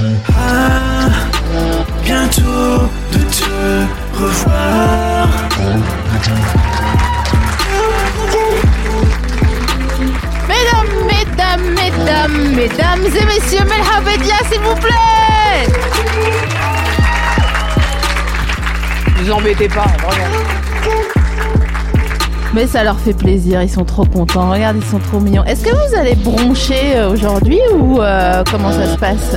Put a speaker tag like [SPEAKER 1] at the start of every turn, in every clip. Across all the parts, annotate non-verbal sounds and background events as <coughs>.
[SPEAKER 1] Ah, bientôt de te revoir.
[SPEAKER 2] Mesdames, mesdames, mesdames, mesdames et messieurs, Melhabedia, s'il vous plaît
[SPEAKER 3] Vous embêtez pas, vraiment.
[SPEAKER 2] Mais ça leur fait plaisir, ils sont trop contents, regarde, ils sont trop mignons. Est-ce que vous allez broncher euh, aujourd'hui ou euh, comment ça se passe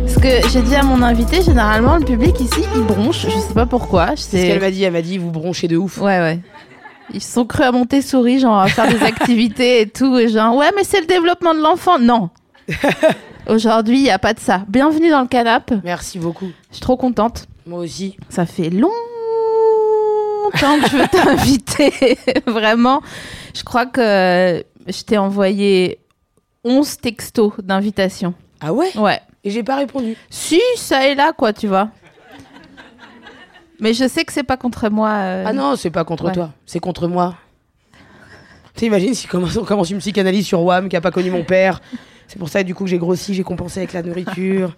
[SPEAKER 2] Parce que j'ai dit à mon invité, généralement, le public ici, il bronche, je sais pas pourquoi. je
[SPEAKER 3] C'est ce
[SPEAKER 2] sais-
[SPEAKER 3] qu'elle m'a dit, elle m'a dit, vous bronchez de ouf.
[SPEAKER 2] Ouais, ouais. Ils se sont crus à Montessori, genre à
[SPEAKER 3] <laughs>
[SPEAKER 2] faire des activités et tout. Et genre, ouais, mais c'est le développement de l'enfant.
[SPEAKER 3] <laughs>
[SPEAKER 2] Non. Aujourd'hui, il n'y a pas de ça. Bienvenue dans le canap.
[SPEAKER 3] Merci beaucoup.
[SPEAKER 2] Je suis trop contente.
[SPEAKER 3] Moi aussi.
[SPEAKER 2] Ça fait longtemps que je veux <laughs> t'inviter. <laughs> Vraiment. Je crois que je t'ai envoyé 11 textos d'invitation.
[SPEAKER 3] Ah ouais
[SPEAKER 2] Ouais.
[SPEAKER 3] Et j'ai pas répondu.
[SPEAKER 2] Si, ça et là, quoi, tu vois. Mais je sais que c'est pas contre moi. euh,
[SPEAKER 3] Ah non, c'est pas contre
[SPEAKER 2] Ouais.
[SPEAKER 3] toi, c'est contre moi. T'imagines si commence, on commence une psychanalyse sur Wam qui a pas connu mon père. C'est pour ça du coup que j'ai grossi, j'ai compensé avec la nourriture.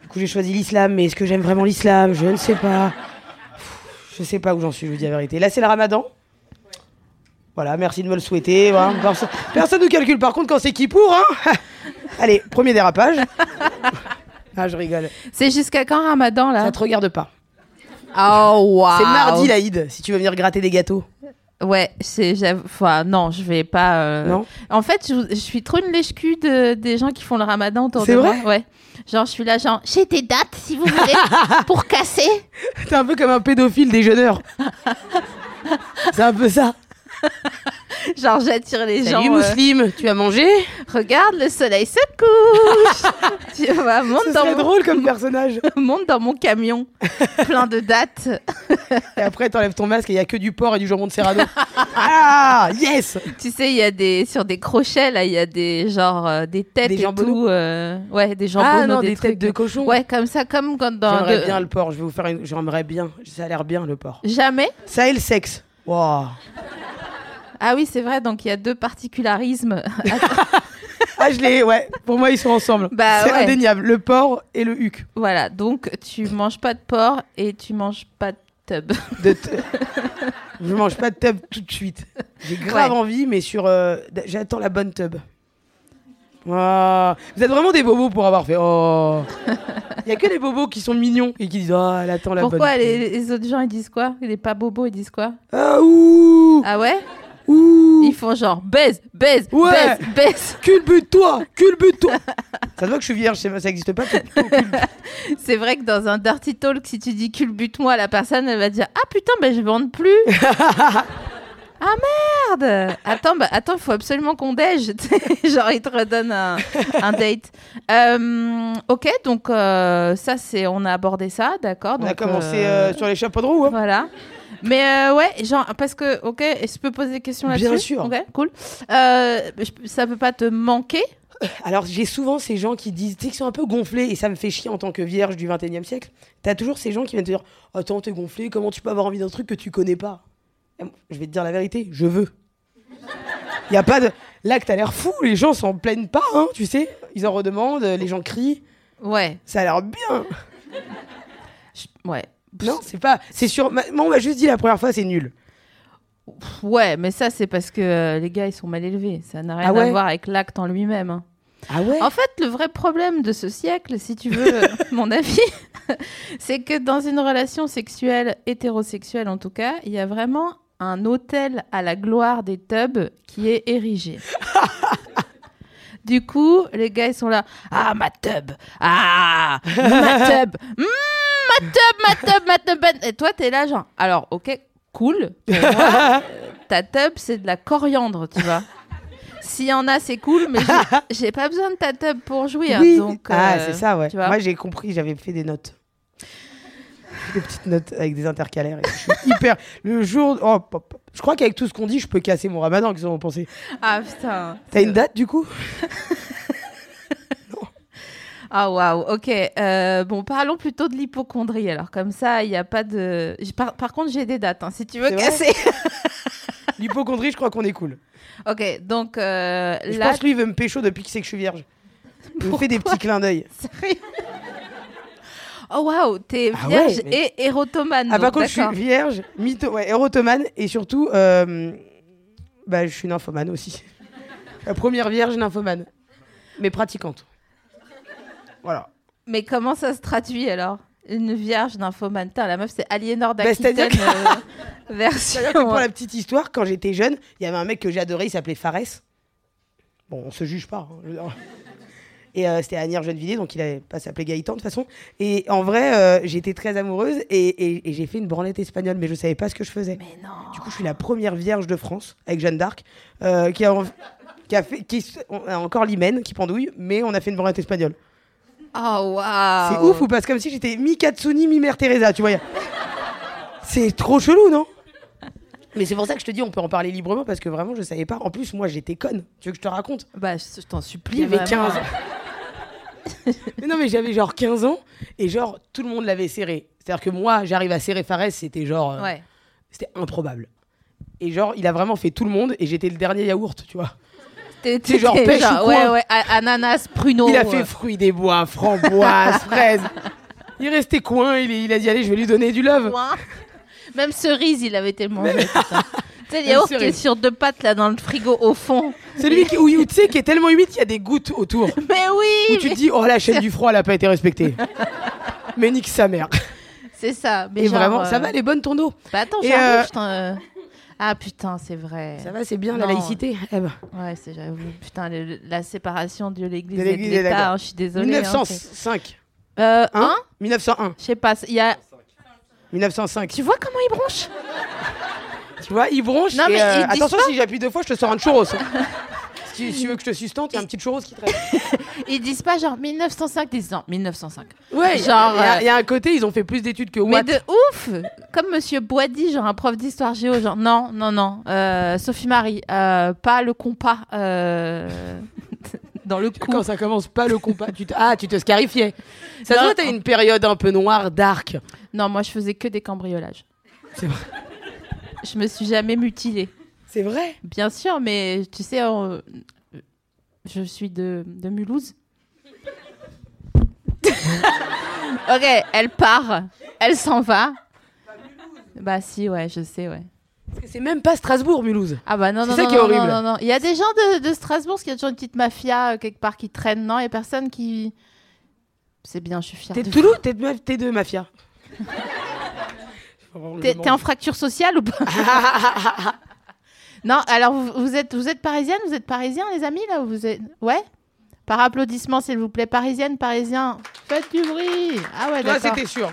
[SPEAKER 3] Du coup j'ai choisi l'islam, mais est-ce que j'aime vraiment l'islam Je ne sais pas. Pff, Je sais pas où j'en suis, je vous dis la vérité. Là c'est le ramadan. Voilà, merci de me le souhaiter. voilà. Perso- Personne ne calcule par contre quand c'est qui pour. Hein <laughs> Allez, premier dérapage. <laughs> Ah, je rigole.
[SPEAKER 2] C'est jusqu'à quand Ramadan, là
[SPEAKER 3] Ça te regarde pas.
[SPEAKER 2] Oh, wow.
[SPEAKER 3] C'est mardi, l'Aïd, si tu veux venir gratter des gâteaux.
[SPEAKER 2] Ouais, c'est. j'avoue- Enfin, non, je vais pas. euh,
[SPEAKER 3] Non
[SPEAKER 2] En fait, je, je suis trop une lèche-cul de, des gens qui font le ramadan autour
[SPEAKER 3] C'est
[SPEAKER 2] de
[SPEAKER 3] vrai
[SPEAKER 2] moi. Ouais. Genre, je suis là, genre, j'ai des dates si vous
[SPEAKER 3] <laughs>
[SPEAKER 2] voulez pour casser.
[SPEAKER 3] <laughs> T'es un peu comme un pédophile <laughs> déjeuneur. C'est un peu ça.
[SPEAKER 2] Genre, j'attire les
[SPEAKER 3] Salut
[SPEAKER 2] gens. euh,
[SPEAKER 3] Mousseline, tu as mangé
[SPEAKER 2] Regarde, le soleil se couche. <laughs> tu vois, monte
[SPEAKER 3] C'est
[SPEAKER 2] dans,
[SPEAKER 3] serait
[SPEAKER 2] mon,
[SPEAKER 3] drôle <laughs> comme personnage.
[SPEAKER 2] <laughs> monte dans mon camion. Plein de dates.
[SPEAKER 3] Et après, t'enlèves ton masque et il y a que du porc et du jambon de <laughs> Serrano. Ah, yes
[SPEAKER 2] Tu sais, il y a des. Sur des crochets, là, il y a des. Genre, euh, des têtes
[SPEAKER 3] Des
[SPEAKER 2] et
[SPEAKER 3] jambonneaux.
[SPEAKER 2] tout. euh, Ouais, des jambons.
[SPEAKER 3] Ah non, des,
[SPEAKER 2] trucs.
[SPEAKER 3] têtes de cochon.
[SPEAKER 2] Ouais, comme ça, comme quand dans.
[SPEAKER 3] J'aimerais
[SPEAKER 2] de-
[SPEAKER 3] bien le porc. Je vais vous faire une... J'aimerais bien. Ça a l'air bien le porc.
[SPEAKER 2] <laughs> Jamais
[SPEAKER 3] Ça et le sexe. Wow.
[SPEAKER 2] Ah oui, c'est vrai, donc il y a deux
[SPEAKER 3] <laughs>
[SPEAKER 2] particularismes. <laughs>
[SPEAKER 3] Ah, je l'ai. Ouais. Pour moi, ils sont ensemble.
[SPEAKER 2] Bah,
[SPEAKER 3] C'est
[SPEAKER 2] ouais.
[SPEAKER 3] indéniable. Le porc et le huc.
[SPEAKER 2] voilà, donc tu manges pas de porc et tu manges pas de tub.
[SPEAKER 3] De te- <laughs> je mange pas de tub tout de suite. J'ai grave
[SPEAKER 2] Ouais.
[SPEAKER 3] envie, mais sur. euh, d- J'attends la bonne tub. Ah, vous êtes vraiment des bobos pour avoir fait.
[SPEAKER 2] <laughs>
[SPEAKER 3] Oh Il y a que les bobos qui sont mignons et qui disent Oh, elle attend la bonne.
[SPEAKER 2] Pourquoi les, les autres gens ils disent quoi Les pas bobos ils disent quoi
[SPEAKER 3] Ah, ouh
[SPEAKER 2] Ah ouais
[SPEAKER 3] Ouh
[SPEAKER 2] Ils font genre baise, baise,
[SPEAKER 3] Ouais.
[SPEAKER 2] baise, baise. <laughs>
[SPEAKER 3] Culbute-toi Culbute-toi Ça se voit que je suis vierge, c'est- ça
[SPEAKER 2] <laughs>
[SPEAKER 3] existe pas. c'est plutôt culbute.
[SPEAKER 2] C'est vrai que dans un dirty talk, si tu dis culbute-moi, la personne elle va dire Ah putain, ben je vende
[SPEAKER 3] <laughs>
[SPEAKER 2] plus Ah merde Attends, bah, attends, faut absolument qu'on déj. <laughs> tu sais. Genre, il te redonne un, un date. Euh, ok, donc euh, ça, c'est, on a abordé ça, d'accord.
[SPEAKER 3] On a
[SPEAKER 2] donc,
[SPEAKER 3] commencé
[SPEAKER 2] euh,
[SPEAKER 3] euh, sur les chapeaux de roue. hein.
[SPEAKER 2] Voilà. Mais euh, ouais, genre, parce que, ok, je peux poser des questions
[SPEAKER 3] Bien
[SPEAKER 2] là-dessus
[SPEAKER 3] sûr.
[SPEAKER 2] Ok, cool. Euh, je- ça peut pas te manquer
[SPEAKER 3] Alors, j'ai souvent ces gens qui disent, tu sais, qu'ils sont un peu gonflés, et ça me fait chier en tant que vierge du 21 e siècle. T'as toujours ces gens qui viennent te dire, attends, t'es gonflé, comment tu peux avoir envie d'un truc que tu connais pas Et moi, Je vais te dire la vérité, je veux. Y a pas de. Là que t'as l'air fou, les gens s'en plaignent pas, hein, tu sais. Ils en redemandent, les gens crient,
[SPEAKER 2] Ouais.
[SPEAKER 3] ça a l'air bien.
[SPEAKER 2] Je- ouais.
[SPEAKER 3] Non, c'est pas. C'est sûr. ma- Moi, on m'a juste dit la première fois, c'est nul.
[SPEAKER 2] Pff, Ouais, mais ça, c'est parce que euh, les gars, ils sont mal élevés. Ça n'a rien
[SPEAKER 3] Ah ouais
[SPEAKER 2] à voir avec l'acte en lui-même. hein.
[SPEAKER 3] Ah ouais
[SPEAKER 2] En fait, le vrai problème de ce siècle, si tu
[SPEAKER 3] <laughs>
[SPEAKER 2] veux euh, mon avis, <laughs> c'est que dans une relation sexuelle, hétérosexuelle en tout cas, il y a vraiment un hôtel à la gloire des tubs qui est
[SPEAKER 3] <laughs>
[SPEAKER 2] érigé. Du
[SPEAKER 3] <laughs>
[SPEAKER 2] coup, les gars, ils sont là. Ah, ma tub Ah, ma tub Mm, tub, ma tub, ma tub. Et toi, t'es là, genre, alors, ok, cool. pour
[SPEAKER 3] <laughs>
[SPEAKER 2] moi, euh, ta tub, c'est de la coriandre, tu vois. S'il y en a, c'est cool, mais j'ai- j'ai pas besoin de ta tub pour jouir.
[SPEAKER 3] Oui.
[SPEAKER 2] Donc,
[SPEAKER 3] ah,
[SPEAKER 2] euh,
[SPEAKER 3] c'est ça, ouais.
[SPEAKER 2] tu vois.
[SPEAKER 3] Moi, j'ai compris, j'avais fait des notes. Des petites notes avec des intercalaires. et
[SPEAKER 2] <laughs>
[SPEAKER 3] je suis hyper. Le jour. oh, pop, pop. Je crois qu'avec tout ce qu'on dit, je peux casser mon ramadan. Qu'est-ce que vous en pensez
[SPEAKER 2] Ah putain.
[SPEAKER 3] T'as une date du coup
[SPEAKER 2] Ah waouh, ok. Euh, bon, parlons plutôt de l'hypochondrie. Alors, comme ça, il n'y a pas de. j'ai- Par, par contre, j'ai des dates, hein, si tu veux
[SPEAKER 3] C'est vrai <laughs>
[SPEAKER 2] casser.
[SPEAKER 3] L'hypochondrie, je crois qu'on est cool.
[SPEAKER 2] ok, donc euh,
[SPEAKER 3] Et Je
[SPEAKER 2] là.
[SPEAKER 3] pense que lui, il veut me pécho depuis que c'est que je suis vierge. Il me
[SPEAKER 2] Pourquoi
[SPEAKER 3] fait des petits
[SPEAKER 2] <laughs>
[SPEAKER 3] clins d'œil.
[SPEAKER 2] Sérieux Oh waouh, t'es
[SPEAKER 3] Ah
[SPEAKER 2] vierge
[SPEAKER 3] ouais, mais-
[SPEAKER 2] et érotomane.
[SPEAKER 3] Ah, par
[SPEAKER 2] donc,
[SPEAKER 3] contre, je suis
[SPEAKER 2] d'accord.
[SPEAKER 3] vierge, mytho, ouais, érotomane et surtout, euh, bah, je suis nymphomane aussi. <laughs> La première vierge nymphomane, mais pratiquante. Voilà.
[SPEAKER 2] Mais comment ça se traduit alors Une vierge nymphomane. Putain, la meuf, c'est Aliénor
[SPEAKER 3] Bah, c'est-à-dire
[SPEAKER 2] d'Aquitaine euh, <laughs> version.
[SPEAKER 3] D'ailleurs, que pour la petite histoire, quand j'étais jeune, il y avait un mec que j'adorais, il s'appelait Fares. Bon, on se juge pas. hein, je veux dire. Et euh, c'était Agnès Gennevilliers, donc il n'allait pas s'appeler Gaëtan de toute façon. Et en vrai, euh, j'étais très amoureuse et, et- et j'ai fait une branlette espagnole, mais je savais pas ce que je faisais.
[SPEAKER 2] Mais non.
[SPEAKER 3] Du coup, je suis la première vierge de France, avec Jeanne d'Arc, euh, qui, a, qui a fait, qui s- on a encore l'hymen, qui pendouille, mais on a fait une branlette espagnole.
[SPEAKER 2] Oh waouh.
[SPEAKER 3] C'est ouf ou pas C'est comme si j'étais mi Katsuni, mi Mère Teresa, tu vois. y a- C'est trop chelou, non Mais c'est pour ça que je te dis, on peut en parler librement, parce que vraiment, je savais pas. En plus, moi, j'étais conne. Tu veux que je te raconte
[SPEAKER 2] Bah, je je t'en supplie.
[SPEAKER 3] J'avais
[SPEAKER 2] vraiment.
[SPEAKER 3] 15 ans. Mais non, mais j'avais genre 15 ans, et genre, tout le monde l'avait serré. C'est-à-dire que moi, j'arrive à serrer Fares, c'était genre... euh,
[SPEAKER 2] Ouais.
[SPEAKER 3] C'était improbable. Et genre, il a vraiment fait tout le monde et j'étais le dernier yaourt, tu vois.
[SPEAKER 2] T'es
[SPEAKER 3] C'est genre
[SPEAKER 2] t'es-
[SPEAKER 3] pêche ou quoi
[SPEAKER 2] ouais, ouais, a- ananas, pruneau.
[SPEAKER 3] il a
[SPEAKER 2] euh.
[SPEAKER 3] fait fruits des bois, framboises, fraises. Il restait coin, il, il a dit allez, je vais lui donner du love.
[SPEAKER 2] Point. Même cerise, il avait été mangé.
[SPEAKER 3] <laughs>
[SPEAKER 2] putain. Tu sais, le yaourt qui est
[SPEAKER 3] cerise.
[SPEAKER 2] sur deux pattes là dans le frigo au fond.
[SPEAKER 3] C'est lui qui, où, où, tu sais, qui est tellement humide qu'il y a des gouttes autour.
[SPEAKER 2] Mais
[SPEAKER 3] Où
[SPEAKER 2] oui,
[SPEAKER 3] tu te
[SPEAKER 2] mais-
[SPEAKER 3] dis oh la chaîne du froid, elle a pas été respectée. Mais nique sa mère.
[SPEAKER 2] c'est ça. Mais
[SPEAKER 3] Et
[SPEAKER 2] genre,
[SPEAKER 3] vraiment, ça
[SPEAKER 2] euh,
[SPEAKER 3] va, les bonnes tourneaux.
[SPEAKER 2] Bah attends,
[SPEAKER 3] Et,
[SPEAKER 2] j'arrive.
[SPEAKER 3] euh,
[SPEAKER 2] je t'en, euh, Ah putain, c'est vrai.
[SPEAKER 3] Ça va, c'est bien la
[SPEAKER 2] Non.
[SPEAKER 3] laïcité. Eh ben,
[SPEAKER 2] Ouais, c'est j'avoue. Putain, le- le- la séparation de l'Église
[SPEAKER 3] De
[SPEAKER 2] et de
[SPEAKER 3] l'Église et de la guerre.
[SPEAKER 2] l'État. hein, je suis désolée. hein, c'est-
[SPEAKER 3] 1905.
[SPEAKER 2] euh,
[SPEAKER 3] Hein
[SPEAKER 2] hein
[SPEAKER 3] 1901.
[SPEAKER 2] Je sais pas. c'est- il Y a...
[SPEAKER 3] 1905.
[SPEAKER 2] Tu vois comment il bronche
[SPEAKER 3] Tu vois, il bronche.
[SPEAKER 2] Non,
[SPEAKER 3] et,
[SPEAKER 2] mais
[SPEAKER 3] euh,
[SPEAKER 2] ils disent
[SPEAKER 3] attention, si j'appuie deux fois, je te sors un churros.
[SPEAKER 2] <laughs>
[SPEAKER 3] hein. si, si tu veux que je te sustente, il y a un petit churros qui traîne.
[SPEAKER 2] Ils disent pas genre 1905, ils disent non, 1905.
[SPEAKER 3] Ouais,
[SPEAKER 2] Genre,
[SPEAKER 3] genre. Il y, a-
[SPEAKER 2] euh,
[SPEAKER 3] il y a un côté, ils ont fait plus d'études que
[SPEAKER 2] Mais
[SPEAKER 3] Watt.
[SPEAKER 2] de ouf Comme Monsieur Boisdy, genre un prof d'histoire géo, genre non, non, non. euh, Sophie Marie, euh, pas le compas euh, <laughs> dans le cou.
[SPEAKER 3] Quand ça commence pas le compas, tu te... ah, tu te scarifiais. Ça se
[SPEAKER 2] Non.
[SPEAKER 3] voit, t'as une période un peu noire, dark.
[SPEAKER 2] Non, moi je faisais que des cambriolages.
[SPEAKER 3] C'est vrai.
[SPEAKER 2] Je me suis jamais mutilée.
[SPEAKER 3] C'est vrai.
[SPEAKER 2] Bien sûr, mais tu sais, euh, je suis de, de
[SPEAKER 3] <laughs>
[SPEAKER 2] Mulhouse. ok, elle part, elle s'en va. Bah si, ouais, je sais, ouais.
[SPEAKER 3] Parce que C'est même pas Strasbourg, Mulhouse.
[SPEAKER 2] Ah bah non,
[SPEAKER 3] C'est
[SPEAKER 2] non,
[SPEAKER 3] ça
[SPEAKER 2] non,
[SPEAKER 3] qui est
[SPEAKER 2] non,
[SPEAKER 3] horrible.
[SPEAKER 2] non, non, non. Il y a des gens de, de Strasbourg, qui a toujours une petite mafia euh, quelque part qui traîne, non Il y a personne qui... C'est bien, je suis fière
[SPEAKER 3] T'es
[SPEAKER 2] de
[SPEAKER 3] de Toulouse, t'es de, ma- t'es de mafia.
[SPEAKER 2] <laughs> T'es t'es en fracture sociale ou pas ah, Non, alors vous, vous êtes vous êtes parisienne, vous êtes parisien les amis là, ou vous êtes ouais. Par applaudissement s'il vous plaît, parisienne, parisien, faites du bruit. Ah ouais
[SPEAKER 3] Toi,
[SPEAKER 2] d'accord.
[SPEAKER 3] c'était sûr.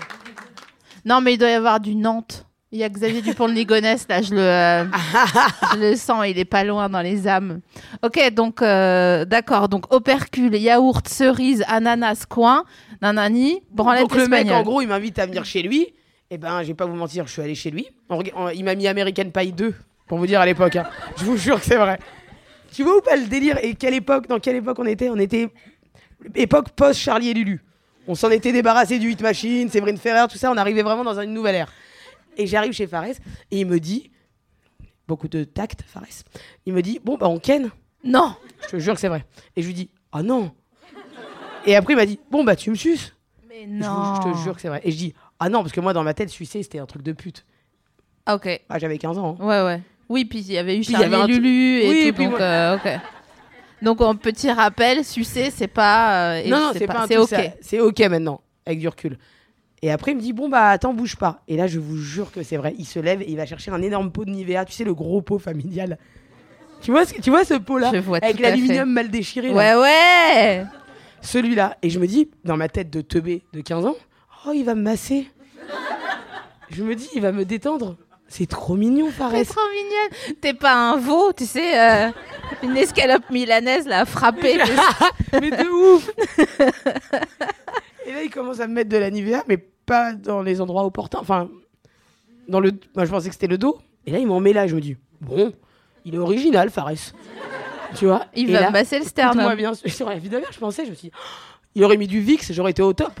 [SPEAKER 2] Non mais il doit y avoir du Nantes. Il y a Xavier Dupont de Ligonnès là, je le euh, je le sens, il est pas loin dans les âmes. Ok donc euh, d'accord donc opercule, yaourt, cerise, ananas, coin, nanani, branlette
[SPEAKER 3] Donc le mec,
[SPEAKER 2] espagnole.
[SPEAKER 3] en gros, il m'invite à venir chez lui. Eh ben, je vais pas vous mentir, je suis allée chez lui. On rega- on- il m'a mis American Pie 2, pour vous dire à l'époque. hein. <laughs> Je vous jure que c'est vrai. Tu vois ou pas le délire Et quelle époque Dans quelle époque on était On était époque post Charlie et Lulu. On s'en était débarrassé du Hit Machine, Séverine Ferrer, tout ça. On arrivait vraiment dans une nouvelle ère. Et j'arrive chez Fares et il me dit, beaucoup de tact, Fares. Il me dit, bon bah on ken.
[SPEAKER 2] Non.
[SPEAKER 3] Je te jure que c'est vrai. Et je lui dis, ah non. Et après il m'a dit, bon bah tu me suces.
[SPEAKER 2] Mais
[SPEAKER 3] Je vous-
[SPEAKER 2] non.
[SPEAKER 3] Je te jure que c'est vrai. Et je dis, ah non, parce que moi, dans ma tête, sucer, c'était un truc de pute.
[SPEAKER 2] OK.
[SPEAKER 3] Ah, j'avais 15 ans. hein.
[SPEAKER 2] Ouais, ouais. Oui, puis il y avait eu
[SPEAKER 3] Puis il y avait
[SPEAKER 2] Charlie
[SPEAKER 3] un
[SPEAKER 2] et Lulu et
[SPEAKER 3] Oui,
[SPEAKER 2] tout,
[SPEAKER 3] et puis
[SPEAKER 2] donc,
[SPEAKER 3] voilà.
[SPEAKER 2] euh, ok. Donc, un petit rappel, sucer, c'est pas... euh, et
[SPEAKER 3] non, non,
[SPEAKER 2] c'est
[SPEAKER 3] c'est pas, un
[SPEAKER 2] C'est
[SPEAKER 3] tout,
[SPEAKER 2] ok.
[SPEAKER 3] ça- C'est ok maintenant, avec du recul. Et après, il me dit, bon, bah, attends, bouge pas. Et là, je vous jure que c'est vrai. Il se lève et il va chercher un énorme pot de Nivea. Tu sais, le gros pot familial. Tu vois, ce, tu vois ce pot-là
[SPEAKER 2] Je vois
[SPEAKER 3] Avec
[SPEAKER 2] tout à fait.
[SPEAKER 3] l'aluminium mal déchiré. là.
[SPEAKER 2] Ouais, ouais
[SPEAKER 3] Celui-là. Et je me dis, dans ma tête de teubé de 15 ans, oh, il va me masser. Je me dis, il va me détendre. C'est trop mignon,
[SPEAKER 2] T'es
[SPEAKER 3] Fares.
[SPEAKER 2] trop mignonne. T'es pas un veau, tu sais, euh, une escalope milanaise là, frappée. mais-
[SPEAKER 3] mais de ouf Et là, il commence à me mettre de la Nivea, mais pas dans les endroits opportuns. Enfin, dans le... Moi, je pensais que c'était le dos. Et là, il m'en met là, je me dis, bon, il est original, Fares. Tu vois
[SPEAKER 2] Il
[SPEAKER 3] Et
[SPEAKER 2] va
[SPEAKER 3] là,
[SPEAKER 2] me masser le
[SPEAKER 3] Moi,
[SPEAKER 2] sternum.
[SPEAKER 3] bien sûr, sur la vie de merde, je pensais, je me suis dit, Oh, il aurait mis du VIX, j'aurais été au top.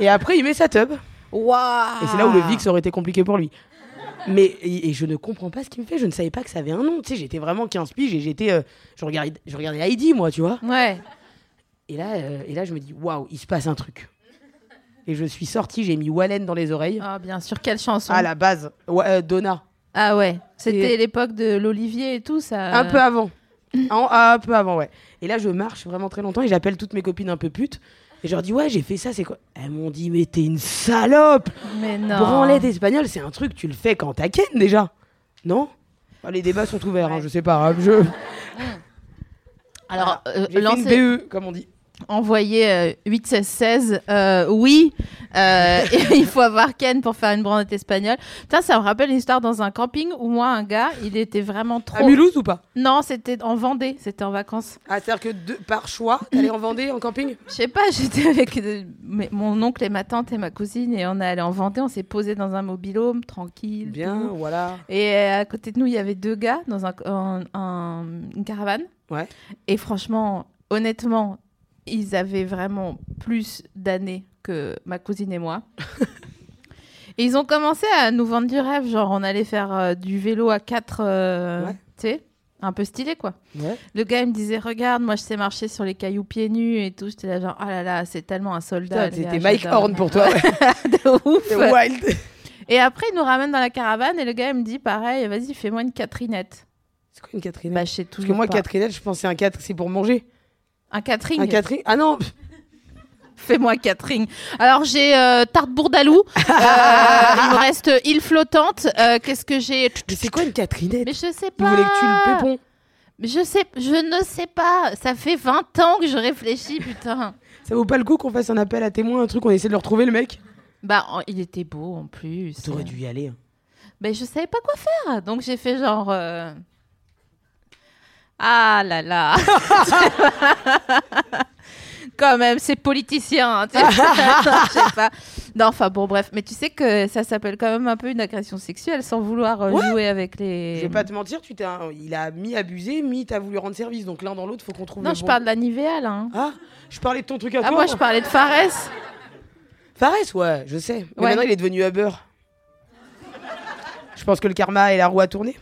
[SPEAKER 3] Et après, il met sa tub.
[SPEAKER 2] Waouh
[SPEAKER 3] Et c'est là où le VIX aurait été compliqué pour lui. Mais et, et je ne comprends pas ce qu'il me fait, je ne savais pas que ça avait un nom. Tu sais, j'étais vraiment 15 piges et j'étais. euh, je, regardais, je regardais Heidi, moi, tu vois.
[SPEAKER 2] Ouais.
[SPEAKER 3] Et là, euh, et là je me dis, waouh, il se passe un truc. Et je suis sortie, j'ai mis Wallen dans les oreilles.
[SPEAKER 2] Ah, bien sûr, quelle chanson.
[SPEAKER 3] À la base, Wa- euh, Donna.
[SPEAKER 2] Ah ouais, c'était
[SPEAKER 3] Et-
[SPEAKER 2] l'époque de l'Olivier et tout ça.
[SPEAKER 3] Un peu avant. Euh. En- un peu avant, ouais. Et là, je marche vraiment très longtemps et j'appelle toutes mes copines un peu putes. Et je leur dis, ouais, j'ai fait ça, c'est quoi Elles m'ont dit, mais t'es une salope
[SPEAKER 2] Mais non.
[SPEAKER 3] Branlette espagnole, c'est un truc, tu le fais quand t'as ken déjà. Non Ah, Les débats sont ouverts, hein, je sais pas. hein, je...
[SPEAKER 2] Alors, euh,
[SPEAKER 3] J'ai fait une
[SPEAKER 2] lancez-
[SPEAKER 3] BE, comme on dit.
[SPEAKER 2] envoyez euh, 8 16 16 euh, oui euh, <laughs> il faut avoir Ken pour faire une branlette espagnole putain ça me rappelle une histoire dans un camping où moi un gars il était vraiment
[SPEAKER 3] À
[SPEAKER 2] trop
[SPEAKER 3] Mulhouse ou pas
[SPEAKER 2] non c'était en Vendée c'était en vacances
[SPEAKER 3] Ah, c'est-à-dire que de- par choix, t'allais en Vendée, en camping
[SPEAKER 2] je sais pas <laughs> j'étais avec euh, mes- mon oncle et ma tante et ma cousine et on est allé en Vendée on s'est posé dans un mobilhome tranquille
[SPEAKER 3] Bien,
[SPEAKER 2] tout.
[SPEAKER 3] voilà.
[SPEAKER 2] et euh, à côté de nous il y avait deux gars dans un, un- un- une caravane
[SPEAKER 3] Ouais.
[SPEAKER 2] et franchement honnêtement ils avaient vraiment plus d'années que ma cousine et
[SPEAKER 3] <laughs>
[SPEAKER 2] moi. et ils ont commencé à nous vendre du rêve, genre on allait faire euh, du vélo à quatre, euh,
[SPEAKER 3] Ouais.
[SPEAKER 2] tu sais, un peu stylé quoi.
[SPEAKER 3] Ouais.
[SPEAKER 2] Le gars il me disait regarde, moi je sais marcher sur les cailloux pieds nus et tout. J'étais là genre ah là là c'est tellement un soldat.
[SPEAKER 3] Putain,
[SPEAKER 2] le gars,
[SPEAKER 3] C'était Mike
[SPEAKER 2] j'adore.
[SPEAKER 3] Horn
[SPEAKER 2] <laughs>
[SPEAKER 3] pour toi. ouais.
[SPEAKER 2] De ouf.
[SPEAKER 3] C'est wild.
[SPEAKER 2] Et après il nous ramène dans la caravane et le gars il me dit pareil, vas-y fais-moi une Catherinette.
[SPEAKER 3] C'est quoi une Catherine
[SPEAKER 2] Bah je sais
[SPEAKER 3] Parce que
[SPEAKER 2] toujours
[SPEAKER 3] moi,
[SPEAKER 2] pas.
[SPEAKER 3] Catherine, je pensais un 4, c'est pour manger.
[SPEAKER 2] un catering.
[SPEAKER 3] Un Catherine Ah non
[SPEAKER 2] Fais-moi catering. Alors j'ai euh, tarte
[SPEAKER 3] <laughs>
[SPEAKER 2] bourdalou. Euh, il me reste île flottante. Euh, Qu'est-ce que j'ai
[SPEAKER 3] Mais c'est quoi une Catherine
[SPEAKER 2] Mais je sais
[SPEAKER 3] Vous
[SPEAKER 2] pas.
[SPEAKER 3] voulez que tu le pépon
[SPEAKER 2] Mais Je sais, je ne sais pas. Ça fait 20 ans que je réfléchis, putain.
[SPEAKER 3] Ça vaut pas le coup qu'on fasse un appel à témoins, un truc, on essaie de le retrouver, le mec
[SPEAKER 2] Bah, en- il était beau en plus.
[SPEAKER 3] T'aurais dû y aller. hein.
[SPEAKER 2] Mais Ben, je savais pas quoi faire. Donc j'ai fait genre. euh, Ah là là. <laughs> Quand même, c'est politicien. hein, tu sais. <laughs> Non, je sais pas. Non, enfin bon, bref. Mais tu sais que ça s'appelle quand même un peu une agression sexuelle sans vouloir euh,
[SPEAKER 3] Ouais.
[SPEAKER 2] jouer avec
[SPEAKER 3] Je
[SPEAKER 2] les.
[SPEAKER 3] vais pas te mentir, tu t'es un- il a mi-abusé, mi t'as voulu rendre service, donc l'un dans l'autre, faut qu'on trouve
[SPEAKER 2] Non,
[SPEAKER 3] le
[SPEAKER 2] je
[SPEAKER 3] bon-
[SPEAKER 2] parle de la Nivea là. hein.
[SPEAKER 3] Ah, je parlais de ton truc à
[SPEAKER 2] Ah,
[SPEAKER 3] toi
[SPEAKER 2] moi, je parlais de Fares.
[SPEAKER 3] Fares, ouais, je sais. Mais
[SPEAKER 2] Ouais.
[SPEAKER 3] maintenant, il est devenu Uber. Je pense que le karma et la roue a tourné.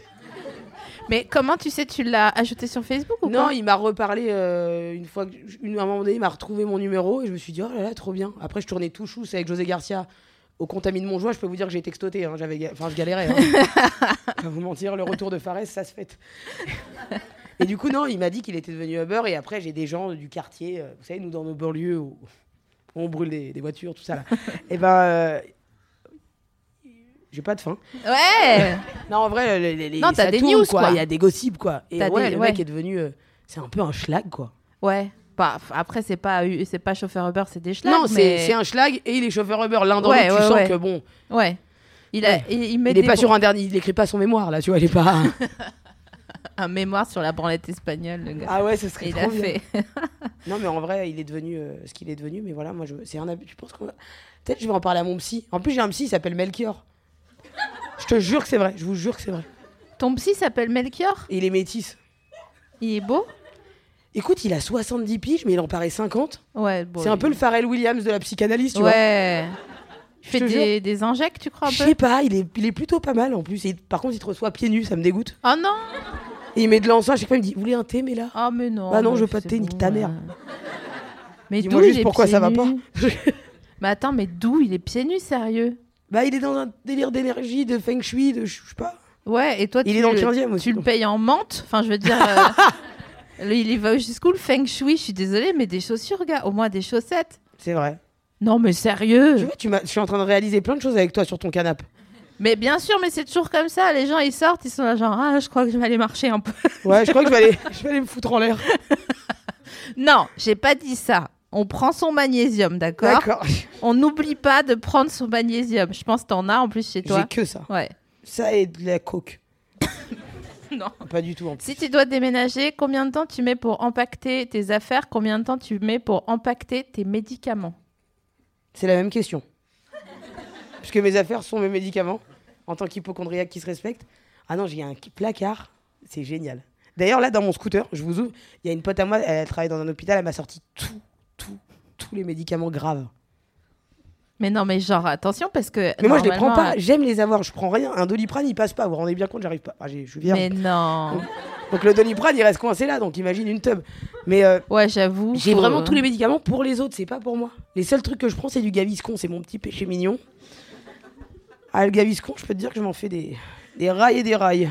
[SPEAKER 2] Mais comment tu sais, tu l'as ajouté sur Facebook ou
[SPEAKER 3] Non,
[SPEAKER 2] pas
[SPEAKER 3] il m'a reparlé euh, une fois, que, une, à un moment donné, il m'a retrouvé mon numéro et je me suis dit, oh là là, trop bien. Après, je tournais tout chou, c'est avec José Garcia au Contamine Montjoie. Je peux vous dire que j'ai textoté, hein, j'avais, ga- enfin, je galérais. hein.
[SPEAKER 2] <laughs>
[SPEAKER 3] Je vais vous mentir, le retour de Fares, ça se fête. et du coup, non, il m'a dit qu'il était devenu Uber et après, j'ai des gens du quartier, euh, vous savez, nous dans nos banlieues où on brûle des, des voitures, tout
[SPEAKER 2] <laughs>
[SPEAKER 3] ça là. et ben, euh, j'ai pas de faim.
[SPEAKER 2] Ouais
[SPEAKER 3] Non, en vrai, les, les- les-
[SPEAKER 2] Non, t'as
[SPEAKER 3] ça
[SPEAKER 2] des
[SPEAKER 3] tourne,
[SPEAKER 2] news, quoi.
[SPEAKER 3] Il y a des gossips, quoi. Et
[SPEAKER 2] T'as
[SPEAKER 3] ouais,
[SPEAKER 2] des-
[SPEAKER 3] le
[SPEAKER 2] ouais.
[SPEAKER 3] mec est devenu. euh, c'est un peu un schlag, quoi.
[SPEAKER 2] Ouais. Bah, f- après, c'est pas, eu- c'est pas chauffeur Uber, c'est des schlags.
[SPEAKER 3] non, c'est-
[SPEAKER 2] mais-
[SPEAKER 3] c'est un schlag et il est chauffeur Uber. L'un dans
[SPEAKER 2] Ouais,
[SPEAKER 3] l'autre, tu
[SPEAKER 2] ouais,
[SPEAKER 3] sens
[SPEAKER 2] ouais.
[SPEAKER 3] que bon.
[SPEAKER 2] Ouais. Il, a,
[SPEAKER 3] Ouais.
[SPEAKER 2] il, il met
[SPEAKER 3] il est
[SPEAKER 2] des
[SPEAKER 3] pas
[SPEAKER 2] bro-
[SPEAKER 3] sur un dernier. Il écrit pas son mémoire, là, tu vois. Il est pas.
[SPEAKER 2] un mémoire sur la branlette espagnole, le gars.
[SPEAKER 3] <laughs> ah ouais, ce serait
[SPEAKER 2] il
[SPEAKER 3] trop
[SPEAKER 2] a
[SPEAKER 3] bien.
[SPEAKER 2] fait.
[SPEAKER 3] Non, mais en vrai, il est devenu euh, ce qu'il est devenu. Mais voilà, moi, je, c'est un abus. Je pense qu'on va- Peut-être je vais en parler à mon psy. En plus, j'ai un psy, il s'appelle Melchior. Je te jure que c'est vrai. Je vous jure que c'est vrai.
[SPEAKER 2] <laughs> Ton psy s'appelle Melchior
[SPEAKER 3] Et il est métisse.
[SPEAKER 2] Il est beau
[SPEAKER 3] Écoute, il a 70 piges, mais il en paraît 50.
[SPEAKER 2] Ouais, bon.
[SPEAKER 3] c'est un peu le Pharrell Williams de la psychanalyse, tu vois.
[SPEAKER 2] Ouais. Il
[SPEAKER 3] te
[SPEAKER 2] fait
[SPEAKER 3] jure.
[SPEAKER 2] des, des injects, tu crois un
[SPEAKER 3] Je
[SPEAKER 2] peu
[SPEAKER 3] sais pas, il est, il est plutôt pas mal en plus. Et par contre, il te reçoit pieds nus, ça me dégoûte.
[SPEAKER 2] Oh non
[SPEAKER 3] Et il met de l'encens, à chaque fois, il me dit Vous voulez un thé, mais là
[SPEAKER 2] Ah mais non.
[SPEAKER 3] Bah non,
[SPEAKER 2] mais
[SPEAKER 3] je veux pas de
[SPEAKER 2] c'est
[SPEAKER 3] thé, nique ta mère.
[SPEAKER 2] euh. Mais
[SPEAKER 3] Dis-moi
[SPEAKER 2] d'où
[SPEAKER 3] juste
[SPEAKER 2] il est
[SPEAKER 3] pourquoi
[SPEAKER 2] pieds
[SPEAKER 3] ça va pas.
[SPEAKER 2] nus Mais attends, mais d'où il est pieds nus, sérieux
[SPEAKER 3] <laughs> Bah, il est dans un délire d'énergie, de feng shui, de je sais pas.
[SPEAKER 2] Ouais, et toi,
[SPEAKER 3] Il
[SPEAKER 2] Ah, tu,
[SPEAKER 3] est dans le
[SPEAKER 2] le-
[SPEAKER 3] 15e aussi.
[SPEAKER 2] tu le
[SPEAKER 3] donc.
[SPEAKER 2] payes en menthe Enfin, je veux dire...
[SPEAKER 3] <laughs>
[SPEAKER 2] euh, lui, il y va jusqu'où le feng shui Je suis désolée, mais des chaussures, gars. Au moins des chaussettes.
[SPEAKER 3] C'est vrai.
[SPEAKER 2] Non, mais sérieux
[SPEAKER 3] Tu vois, tu m'as- je suis en train de réaliser plein de choses avec toi sur ton canapé.
[SPEAKER 2] Mais bien sûr, mais c'est toujours comme ça. Les gens, ils sortent, ils sont là genre, ah, je crois que je vais aller marcher un peu. <laughs>
[SPEAKER 3] <laughs> Ouais, je crois que je vais aller, je vais aller me foutre en l'air.
[SPEAKER 2] Non, j'ai pas dit ça. on prend son magnésium, d'accord
[SPEAKER 3] D'accord.
[SPEAKER 2] On n'oublie pas de prendre son magnésium. Je pense que t'en as en plus chez
[SPEAKER 3] J'ai
[SPEAKER 2] toi.
[SPEAKER 3] que ça.
[SPEAKER 2] Ouais.
[SPEAKER 3] Ça et de la coke.
[SPEAKER 2] Non.
[SPEAKER 3] Pas du tout. En plus.
[SPEAKER 2] Si tu dois déménager, combien de temps tu mets pour empaqueter tes affaires Combien de temps tu mets pour empaqueter tes médicaments
[SPEAKER 3] C'est la même question. Puisque mes affaires sont mes médicaments, en tant qu'hypochondriaque qui se respecte. Ah non, j'ai un qui- placard, c'est génial. D'ailleurs, là, dans mon scooter, je vous ouvre, il y a une pote à moi, elle travaille dans un hôpital, elle m'a sorti tout, tout, tous les médicaments graves.
[SPEAKER 2] Mais non, mais genre, attention, parce que.
[SPEAKER 3] Mais moi, je les prends
[SPEAKER 2] normalement,
[SPEAKER 3] pas, j'aime les avoir, je prends rien. Un doliprane, il passe pas, vous vous rendez bien compte, j'arrive pas. Ah, j'ai- je suis
[SPEAKER 2] euh,
[SPEAKER 3] vierge.
[SPEAKER 2] Mais non.
[SPEAKER 3] Donc le doliprane, il reste coincé là, donc imagine une tub. Mais euh,
[SPEAKER 2] Ouais, j'avoue. Euh,
[SPEAKER 3] J'ai
[SPEAKER 2] faut-
[SPEAKER 3] vraiment tous les médicaments pour les autres, c'est pas pour moi. Les seuls trucs que je prends, c'est du gaviscon, c'est mon petit péché mignon. Ah, le gaviscon, je peux te dire que je m'en fais des, des rails et des rails.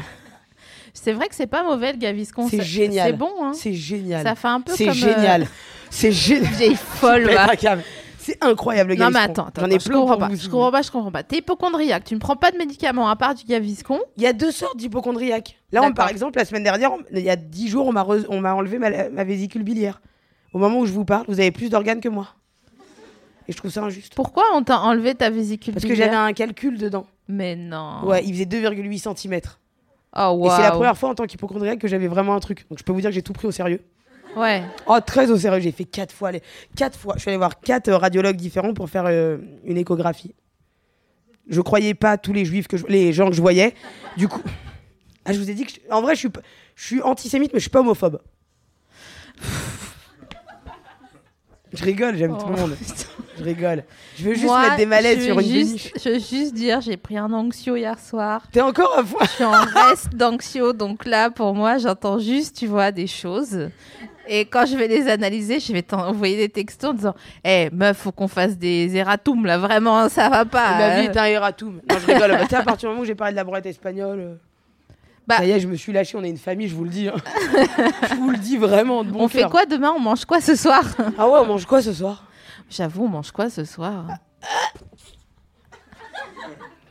[SPEAKER 2] C'est vrai que c'est pas mauvais le Gaviscon.
[SPEAKER 3] C'est
[SPEAKER 2] ça-
[SPEAKER 3] génial.
[SPEAKER 2] C'est bon, hein
[SPEAKER 3] C'est génial.
[SPEAKER 2] Ça fait un peu
[SPEAKER 3] C'est
[SPEAKER 2] comme,
[SPEAKER 3] génial. C'est
[SPEAKER 2] euh, <laughs>
[SPEAKER 3] génial.
[SPEAKER 2] vieille
[SPEAKER 3] <laughs>
[SPEAKER 2] folle,
[SPEAKER 3] Pète
[SPEAKER 2] va.
[SPEAKER 3] un câble. C'est incroyable, le
[SPEAKER 2] Non, mais
[SPEAKER 3] gaviscon.
[SPEAKER 2] attends, attends,
[SPEAKER 3] J'en ai
[SPEAKER 2] je
[SPEAKER 3] plein
[SPEAKER 2] comprends
[SPEAKER 3] pour
[SPEAKER 2] pas.
[SPEAKER 3] vous.
[SPEAKER 2] Je comprends pas, je comprends pas. T'es hypochondriaque, tu ne prends pas de médicaments à part du Gaviscon.
[SPEAKER 3] Il y a deux sortes d'hypochondriaques. Là, on,
[SPEAKER 2] D'accord.
[SPEAKER 3] par exemple, la semaine dernière, on- il y a dix jours, on m'a re- on m'a enlevé ma, ma vésicule biliaire. Au moment où je vous parle, vous avez plus d'organes que moi. Et je trouve ça injuste.
[SPEAKER 2] Pourquoi on t'a enlevé ta vésicule
[SPEAKER 3] Parce que
[SPEAKER 2] biliaire Oh.
[SPEAKER 3] j'avais un calcul dedans.
[SPEAKER 2] Mais non.
[SPEAKER 3] Ouais, il faisait 2,8 cm.
[SPEAKER 2] Oh,
[SPEAKER 3] Et c'est la
[SPEAKER 2] waouh.
[SPEAKER 3] première fois en tant qu'hypochondriaque que j'avais vraiment un truc. Donc je peux vous dire que j'ai tout pris au sérieux.
[SPEAKER 2] Ouais.
[SPEAKER 3] Oh, très au sérieux. J'ai fait quatre fois. Les... Quatre fois. Je suis allée voir quatre euh, radiologues différents pour faire euh, une échographie. Je croyais pas tous les juifs que je... les gens que je voyais. Du coup, <laughs> ah, je vous ai dit que je- en vrai je suis pas- je suis antisémite mais je suis pas homophobe. Je rigole, j'aime tout le
[SPEAKER 2] Oh, <laughs>
[SPEAKER 3] monde.
[SPEAKER 2] putain.
[SPEAKER 3] Je rigole. Je veux juste
[SPEAKER 2] Moi,
[SPEAKER 3] mettre des malaises
[SPEAKER 2] je
[SPEAKER 3] sur
[SPEAKER 2] veux
[SPEAKER 3] une
[SPEAKER 2] juste,
[SPEAKER 3] péniche.
[SPEAKER 2] Je veux juste dire, j'ai pris un anxio hier soir.
[SPEAKER 3] T'es encore à fois.
[SPEAKER 2] Je suis en <laughs> reste d'anxio, donc là, pour moi, j'entends juste, tu vois, des choses. Et quand je vais les analyser, je vais t'envoyer des textos en disant Hé, meuf, faut qu'on fasse des erratums, là, vraiment, ça va pas.
[SPEAKER 3] Ma vie
[SPEAKER 2] hein.
[SPEAKER 3] est un erratum. Non, je rigole. Bah, tu sais, à partir du moment où j'ai parlé de la broette espagnole, euh,
[SPEAKER 2] Bah.
[SPEAKER 3] ça y est, je me suis lâché. On est une famille, je vous le dis. hein. je vous le dis vraiment de bon
[SPEAKER 2] on fait
[SPEAKER 3] cœur.
[SPEAKER 2] quoi demain On mange quoi ce soir
[SPEAKER 3] Ah ouais, on mange quoi ce soir
[SPEAKER 2] J'avoue, on mange quoi ce soir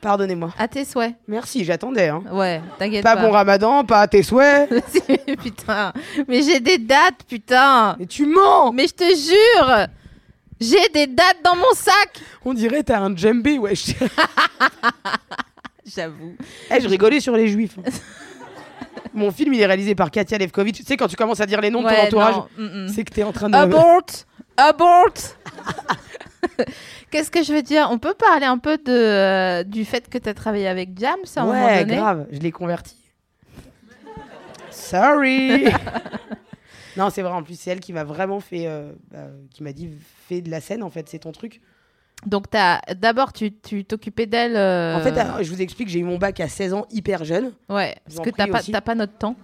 [SPEAKER 3] Pardonnez-moi.
[SPEAKER 2] À tes souhaits.
[SPEAKER 3] Merci, j'attendais. hein.
[SPEAKER 2] Ouais, t'inquiète
[SPEAKER 3] Pas
[SPEAKER 2] pas.
[SPEAKER 3] bon hein. ramadan, pas à tes
[SPEAKER 2] <laughs>
[SPEAKER 3] souhaits.
[SPEAKER 2] Vas-y, putain, mais j'ai des dates, putain.
[SPEAKER 3] Mais tu mens
[SPEAKER 2] Mais je te jure, j'ai des dates dans mon sac.
[SPEAKER 3] On dirait t'as un djembé, ouais. Je...
[SPEAKER 2] J'avoue.
[SPEAKER 3] Eh, je rigolais sur les juifs. Mon film, il est réalisé par Katia Levkovitch. Tu sais, quand tu commences à dire les noms de ton
[SPEAKER 2] Ouais,
[SPEAKER 3] entourage,
[SPEAKER 2] non, mm, mm.
[SPEAKER 3] c'est que t'es en train de...
[SPEAKER 2] Abort, abort. <laughs> Qu'est-ce que je veux dire On peut parler un peu de euh, du fait que t'as travaillé avec Jam, ça, à un moment
[SPEAKER 3] ouais,
[SPEAKER 2] donné.
[SPEAKER 3] grave, je l'ai converti.
[SPEAKER 2] <laughs>
[SPEAKER 3] Sorry. non, c'est vrai. En plus, c'est elle qui m'a vraiment fait, euh, bah, qui m'a dit fais de la scène. En fait, c'est ton truc.
[SPEAKER 2] Donc t'as d'abord tu tu t'occupais d'elle. euh,
[SPEAKER 3] En fait, alors, je vous explique. J'ai eu mon bac à 16 ans, hyper jeune.
[SPEAKER 2] ouais,
[SPEAKER 3] vous
[SPEAKER 2] parce
[SPEAKER 3] en
[SPEAKER 2] que t'as
[SPEAKER 3] prie
[SPEAKER 2] pas
[SPEAKER 3] aussi.
[SPEAKER 2] t'as pas notre temps.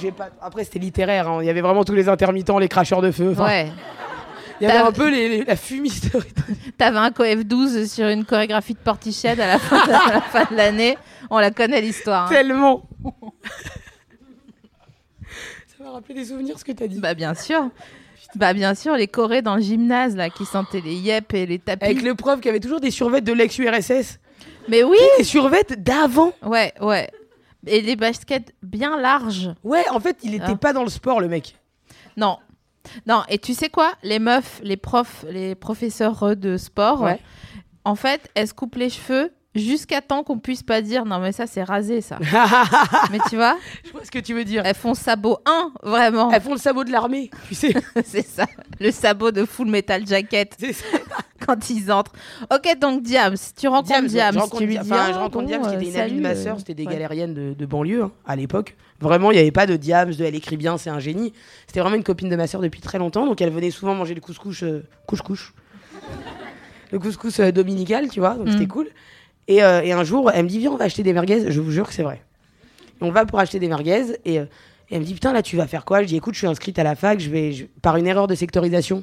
[SPEAKER 3] J'ai pas. Après, c'était littéraire. hein, Il y avait vraiment tous les intermittents, les cracheurs de feu. enfin,
[SPEAKER 2] Ouais.
[SPEAKER 3] Il y avait
[SPEAKER 2] T'as-
[SPEAKER 3] un peu les, les- la fumisterie.
[SPEAKER 2] T'avais un coef 12 sur une chorégraphie de Portiched à la fin de, à la fin de l'année. On la connaît l'histoire. hein.
[SPEAKER 3] Tellement. <laughs> Ça m'a rappelé des souvenirs ce que t'as dit.
[SPEAKER 2] Bah bien sûr. Bah bien sûr, les chorés dans le gymnase là qui sentaient les yep et les tapis.
[SPEAKER 3] Avec le prof qui avait toujours des survêtes de l'ex-URSS.
[SPEAKER 2] Mais oui,
[SPEAKER 3] Des survêtes d'avant.
[SPEAKER 2] ouais, ouais. Et les baskets bien larges.
[SPEAKER 3] Ouais, en fait, il était
[SPEAKER 2] Ah.
[SPEAKER 3] pas dans le sport, le mec.
[SPEAKER 2] Non. Non, et tu sais quoi Les meufs, les profs, les professeurs de sport, <laughs>
[SPEAKER 3] Ouais.
[SPEAKER 2] en fait, elles se coupent les cheveux jusqu'à temps qu'on puisse pas dire non mais ça c'est rasé
[SPEAKER 3] <laughs>
[SPEAKER 2] ça. mais tu vois,
[SPEAKER 3] Je vois ce que tu veux dire.
[SPEAKER 2] elles font sabot 1 vraiment.
[SPEAKER 3] Euh, Elles font le sabot de l'armée, <laughs> tu sais.
[SPEAKER 2] <laughs> c'est ça, le sabot de full metal jacket.
[SPEAKER 3] C'est ça.
[SPEAKER 2] quand ils entrent. Ok, donc Diams, tu rencontres
[SPEAKER 3] Diams,
[SPEAKER 2] Diams,
[SPEAKER 3] je rencontre,
[SPEAKER 2] tu lui
[SPEAKER 3] Dia-
[SPEAKER 2] dis,
[SPEAKER 3] enfin,
[SPEAKER 2] ah,
[SPEAKER 3] je rencontre
[SPEAKER 2] bon,
[SPEAKER 3] Diams qui
[SPEAKER 2] euh,
[SPEAKER 3] était une amie de
[SPEAKER 2] salut,
[SPEAKER 3] ma
[SPEAKER 2] euh,
[SPEAKER 3] sœur, c'était des
[SPEAKER 2] ouais.
[SPEAKER 3] galériennes de, de banlieue hein, à l'époque. Vraiment, il n'y avait pas de Diams, de elle écrit bien, c'est un génie. C'était vraiment une copine de ma sœur depuis très longtemps, donc elle venait souvent manger le couscous, euh, couche-couche. le couscous euh, dominical, tu vois, donc c'était cool. Et, euh, et un jour, elle me dit, viens, on va acheter des merguez. Je vous jure que c'est vrai. Et on va pour acheter des merguez et, euh, et elle me dit, putain, là, tu vas faire quoi Je dis, écoute, je suis inscrite à la fac, je vais, je- par une erreur de sectorisation.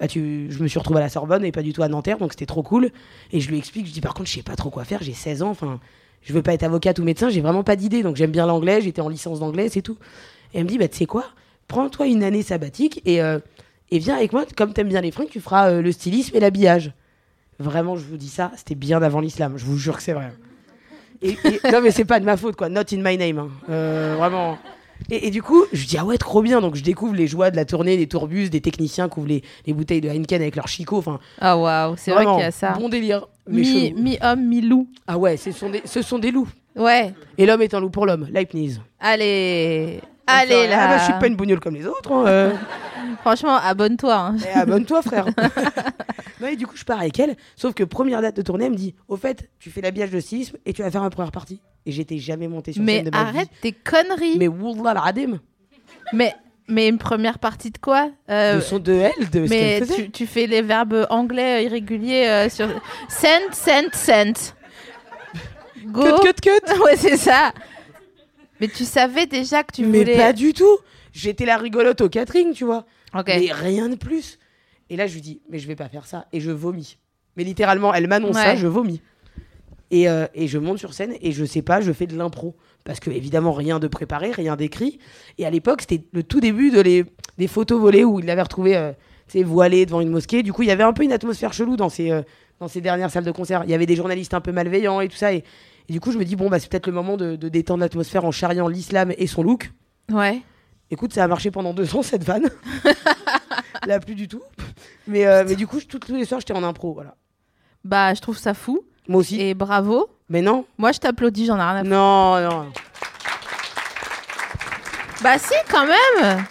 [SPEAKER 3] Bah, tu, je me suis retrouvée à la Sorbonne et pas du tout à Nanterre, donc c'était trop cool. Et je lui explique, je dis par contre, je sais pas trop quoi faire, j'ai 16 ans, enfin, je veux pas être avocate ou médecin, j'ai vraiment pas d'idée, donc j'aime bien l'anglais, j'étais en licence d'anglais, c'est tout. Et elle me dit, bah tu sais quoi, prends-toi une année sabbatique et, euh, et viens avec moi, comme t'aimes bien les fringues, tu feras euh, le stylisme et l'habillage. Vraiment, je vous dis ça, c'était bien avant l'islam, je vous <laughs> jure que c'est vrai. Et, et- non, mais c'est pas de ma faute, quoi, not in my name. hein. Euh, vraiment. Et, et du coup, je dis, ah ouais, trop bien. Donc, je découvre les joies de la tournée, des tourbus, des techniciens qui ouvrent les, les bouteilles de Heineken avec leur chicot. Enfin,
[SPEAKER 2] Ah waouh, c'est vrai
[SPEAKER 3] vraiment,
[SPEAKER 2] qu'il y a ça.
[SPEAKER 3] Bon délire. mais
[SPEAKER 2] Mi-
[SPEAKER 3] chelou.
[SPEAKER 2] Mi-homme, mi-loup.
[SPEAKER 3] Ah ouais, ce sont, des, ce sont des loups.
[SPEAKER 2] ouais,
[SPEAKER 3] Et l'homme est un loup pour l'homme, Leibniz.
[SPEAKER 2] allez. Allez
[SPEAKER 3] Enfin,
[SPEAKER 2] là.
[SPEAKER 3] Ah bah, je suis pas une bognole comme les autres. hein, euh.
[SPEAKER 2] Franchement, abonne-toi. hein.
[SPEAKER 3] Eh,
[SPEAKER 2] <laughs>
[SPEAKER 3] abonne-toi, frère. non, et du coup, je pars avec elle. Sauf que première date de tournée, elle me dit Au fait, tu fais l'habillage de stylisme et tu vas faire ma première partie. Et j'étais jamais montée sur
[SPEAKER 2] Mais
[SPEAKER 3] scène de ma
[SPEAKER 2] arrête
[SPEAKER 3] vie.
[SPEAKER 2] tes conneries.
[SPEAKER 3] Mais Wallah l'adem
[SPEAKER 2] Mais, mais une première partie de quoi Euh,
[SPEAKER 3] De son de elle, de ce
[SPEAKER 2] Mais
[SPEAKER 3] qu'elle faisait.
[SPEAKER 2] tu, tu fais les verbes anglais euh, irréguliers euh, sur sent, sent, sent. Go.
[SPEAKER 3] Cut, cut, cut
[SPEAKER 2] <laughs> ouais, c'est ça. Mais tu savais déjà que tu
[SPEAKER 3] Mais
[SPEAKER 2] voulais.
[SPEAKER 3] pas du tout J'étais la rigolote au catering, tu vois.
[SPEAKER 2] Ok.
[SPEAKER 3] Mais rien de plus. Et là, je lui dis Mais je vais pas faire ça. Et je vomis. Mais littéralement, elle m'annonce ça,
[SPEAKER 2] Ouais.
[SPEAKER 3] je vomis. Et, euh, et je monte sur scène et je sais pas, je fais de l'impro. Parce que, évidemment, rien de préparé, rien d'écrit. Et à l'époque, c'était le tout début de les, des photos volées où il l'avait retrouvé euh, tu sais, voilé devant une mosquée. Du coup, il y avait un peu une atmosphère chelou dans ces, euh, dans ces dernières salles de concert. Il y avait des journalistes un peu malveillants et tout ça. Et, et du coup, je me dis Bon, bah, c'est peut-être le moment de, de détendre l'atmosphère en charriant l'islam et son look.
[SPEAKER 2] Ouais.
[SPEAKER 3] Écoute, ça a marché pendant deux ans cette vanne. <laughs> Là, plus du tout. Mais, euh, mais du coup, je- toutes- tous les soirs, j'étais en impro. Voilà.
[SPEAKER 2] Bah, je trouve ça fou.
[SPEAKER 3] Moi aussi.
[SPEAKER 2] Et bravo.
[SPEAKER 3] Mais non.
[SPEAKER 2] Moi, je t'applaudis, j'en ai rien à foutre.
[SPEAKER 3] Non, non.
[SPEAKER 2] Bah, si, quand même.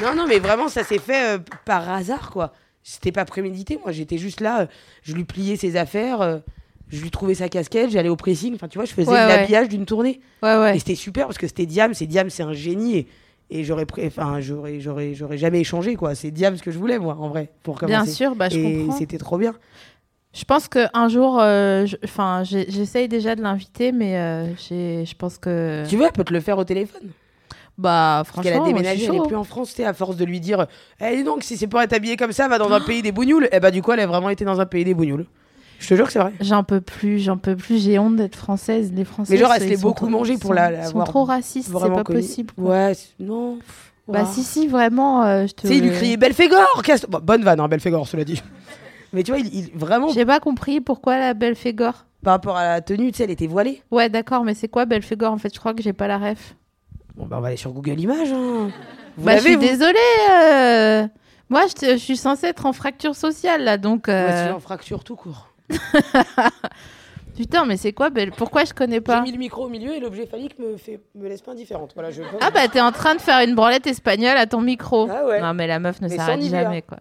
[SPEAKER 3] Non, non, mais vraiment, ça s'est fait euh, par hasard, quoi. C'était pas prémédité, moi. J'étais juste là. euh, je lui pliais ses affaires. euh, je lui trouvais sa casquette. J'allais au pressing. Enfin, tu vois, je faisais
[SPEAKER 2] Ouais, ouais.
[SPEAKER 3] l'habillage d'une tournée.
[SPEAKER 2] Ouais,
[SPEAKER 3] Et
[SPEAKER 2] ouais.
[SPEAKER 3] c'était super parce que c'était Diam. C'est Diam, c'est un génie. Et, et j'aurais pré- enfin, j'aurais, j'aurais, j'aurais jamais échangé, quoi. C'est Diam ce que je voulais, moi, en vrai, pour
[SPEAKER 2] Bien
[SPEAKER 3] commencer.
[SPEAKER 2] sûr, bah, je
[SPEAKER 3] Et
[SPEAKER 2] comprends.
[SPEAKER 3] c'était trop bien.
[SPEAKER 2] Je pense qu'un jour, euh, je- enfin, j'ai- j'essaye déjà de l'inviter, mais euh, j'ai- je pense que.
[SPEAKER 3] Tu vois, elle peut te le faire au téléphone.
[SPEAKER 2] Bah,
[SPEAKER 3] Parce qu'elle
[SPEAKER 2] franchement,
[SPEAKER 3] a
[SPEAKER 2] moi, je suis
[SPEAKER 3] déménagé, elle est
[SPEAKER 2] chaud.
[SPEAKER 3] plus en France, tu sais, à force de lui dire Eh dis donc, si c'est pour être habillée comme ça, va dans un
[SPEAKER 2] Oh.
[SPEAKER 3] pays des bougnoules. Eh bah, du coup, elle a vraiment été dans un pays des bougnoules. Je te jure que c'est vrai.
[SPEAKER 2] J'en peux plus, j'en peux plus, j'ai honte d'être française. Les Français,
[SPEAKER 3] Mais genre, elle se
[SPEAKER 2] ils
[SPEAKER 3] l'est
[SPEAKER 2] sont
[SPEAKER 3] beaucoup
[SPEAKER 2] trop-
[SPEAKER 3] mangée pour
[SPEAKER 2] sont-
[SPEAKER 3] la- la
[SPEAKER 2] sont
[SPEAKER 3] voir
[SPEAKER 2] trop racistes, c'est
[SPEAKER 3] Vraiment
[SPEAKER 2] pas
[SPEAKER 3] connue.
[SPEAKER 2] possible. quoi.
[SPEAKER 3] Ouais, c'est- non. pff,
[SPEAKER 2] Bah
[SPEAKER 3] ouah.
[SPEAKER 2] si, si, vraiment, euh, je te...
[SPEAKER 3] Tu sais, il lui criait Belphégor casse- Bon, Bonne vanne, hein, Belphégor, cela dit. <laughs> Mais tu vois, il, il- vraiment,
[SPEAKER 2] J'ai pas compris pourquoi la Belphégor.
[SPEAKER 3] par rapport à la tenue, tu sais, elle était voilée.
[SPEAKER 2] Ouais, d'accord, mais c'est quoi Belphégor En fait, je crois que j'ai pas la ref.
[SPEAKER 3] Bon, bah, on va aller sur Google Images. hein. Vous
[SPEAKER 2] bah, je
[SPEAKER 3] l'avez,
[SPEAKER 2] suis
[SPEAKER 3] vous
[SPEAKER 2] désolée euh, Moi, je, te- je suis censée être en fracture sociale, là, donc... euh,
[SPEAKER 3] Ouais, tu en fracture tout court.
[SPEAKER 2] Putain, mais c'est quoi Bel... Pourquoi je connais
[SPEAKER 3] J'ai
[SPEAKER 2] pas
[SPEAKER 3] mis le micro au milieu et l'objet phallique me, fait... me laisse pas indifférente. Voilà, je...
[SPEAKER 2] Ah bah, t'es en train de faire une branlette espagnole à ton micro.
[SPEAKER 3] Ah ouais.
[SPEAKER 2] Non, mais la meuf ne
[SPEAKER 3] Mais
[SPEAKER 2] s'arrête
[SPEAKER 3] sans Nivea.
[SPEAKER 2] jamais, quoi.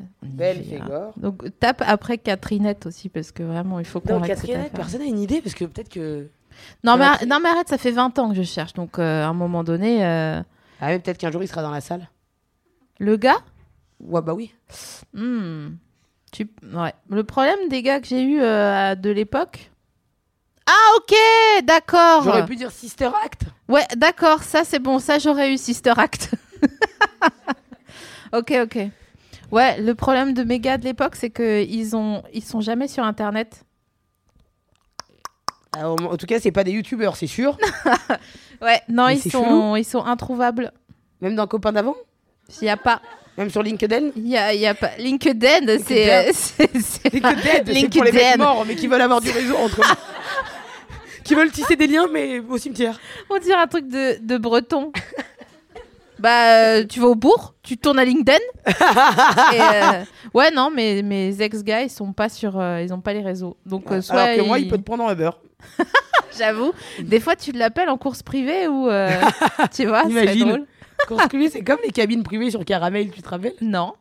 [SPEAKER 2] On y vient.
[SPEAKER 3] Belphégor.
[SPEAKER 2] Donc tape après Catrinette aussi parce que vraiment il faut qu'on
[SPEAKER 3] Non,
[SPEAKER 2] règle cette
[SPEAKER 3] Catherine,
[SPEAKER 2] affaire.
[SPEAKER 3] personne n'a une idée parce que peut-être que.
[SPEAKER 2] Non mais, ar-
[SPEAKER 3] Catherine-
[SPEAKER 2] non mais arrête, ça fait 20 ans que je cherche donc euh, à un moment donné euh,
[SPEAKER 3] Ah, mais peut-être qu'un jour il sera dans la salle.
[SPEAKER 2] le gars
[SPEAKER 3] Ouais, bah oui.
[SPEAKER 2] hmm, tu ouais. le problème des gars que j'ai eu euh, à- de l'époque Ah OK, d'accord.
[SPEAKER 3] J'aurais pu dire Sister Act.
[SPEAKER 2] Ouais, d'accord, ça c'est bon, ça j'aurais eu Sister Act. <laughs> OK, OK. Ouais, le problème de mes gars de l'époque c'est que ils ont ils sont jamais sur internet.
[SPEAKER 3] Ah, au- en tout cas, c'est pas des youtubeurs, c'est sûr.
[SPEAKER 2] Ouais, non,
[SPEAKER 3] Mais
[SPEAKER 2] ils
[SPEAKER 3] c'est
[SPEAKER 2] sont
[SPEAKER 3] chelou.
[SPEAKER 2] ils sont introuvables.
[SPEAKER 3] Même dans Copain d'avant
[SPEAKER 2] Il n'y a pas
[SPEAKER 3] Même
[SPEAKER 2] <laughs>
[SPEAKER 3] sur LinkedIn
[SPEAKER 2] Il y a, il y a pas... LinkedIn, c'est... <laughs> euh, c'est- c'est-
[SPEAKER 3] LinkedIn, c'est pour les mecs morts, mais qui veulent avoir du réseau
[SPEAKER 2] <laughs>
[SPEAKER 3] entre eux. qui veulent tisser des liens, mais au cimetière.
[SPEAKER 2] On dirait un truc de, de breton. <laughs> bah, euh, tu vas au bourg, tu tournes à LinkedIn. et, euh, <laughs> ouais, non, mais mes ex-gars, ils sont pas sur... euh, ils ont pas les réseaux. Donc, euh, soit...
[SPEAKER 3] Alors que moi, il
[SPEAKER 2] ils-
[SPEAKER 3] peut te prendre en Uber.
[SPEAKER 2] J'avoue, des fois, tu l'appelles en course privée ou... <laughs> euh, tu vois, c'est
[SPEAKER 3] Imagine. <laughs>
[SPEAKER 2] drôle.
[SPEAKER 3] Course privée, c'est comme les cabines privées sur Caramel, tu te rappelles
[SPEAKER 2] Non.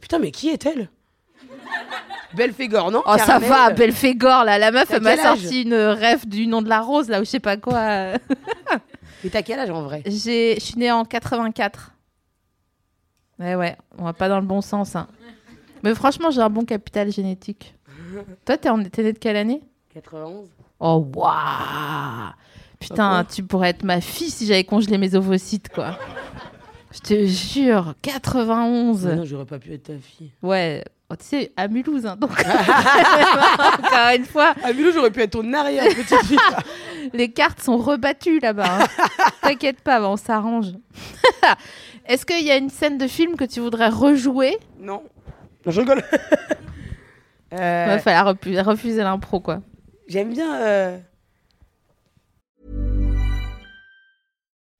[SPEAKER 3] Putain, mais qui est-elle Belphégor, non
[SPEAKER 2] Oh, ça
[SPEAKER 3] Caramel.
[SPEAKER 2] va, Belphégor, là. La meuf,
[SPEAKER 3] T'as
[SPEAKER 2] elle m'a
[SPEAKER 3] quel âge
[SPEAKER 2] sorti une rêve du nom de la rose, là, ou je sais pas quoi.
[SPEAKER 3] Mais t'as quel âge en vrai
[SPEAKER 2] J'ai- Je suis née en 84. Ouais, ouais, on va pas dans le bon sens. hein. Mais franchement, j'ai un bon capital génétique. Toi, t'es en- t'es née de quelle année
[SPEAKER 3] 91.
[SPEAKER 2] Oh, waouh Putain,
[SPEAKER 3] Ah
[SPEAKER 2] tu pourrais être ma fille si j'avais congelé mes ovocytes, quoi. Je te jure, 91.
[SPEAKER 3] Non, j'aurais pas pu être ta fille.
[SPEAKER 2] Ouais, Oh, tu sais, à Mulhouse, hein, donc. <laughs> Encore une fois,
[SPEAKER 3] Ah, mais là, j'aurais pu être ton arrière petite fille.
[SPEAKER 2] les cartes sont rebattues là-bas. <laughs> hein. T'inquiète pas, bah, on s'arrange. <laughs> Est-ce qu'il y a une scène de film que tu voudrais rejouer
[SPEAKER 3] Non. Non, je rigole. <laughs> Euh,
[SPEAKER 2] Il fallait refuser, refuser l'impro, quoi.
[SPEAKER 3] J'aime bien. euh,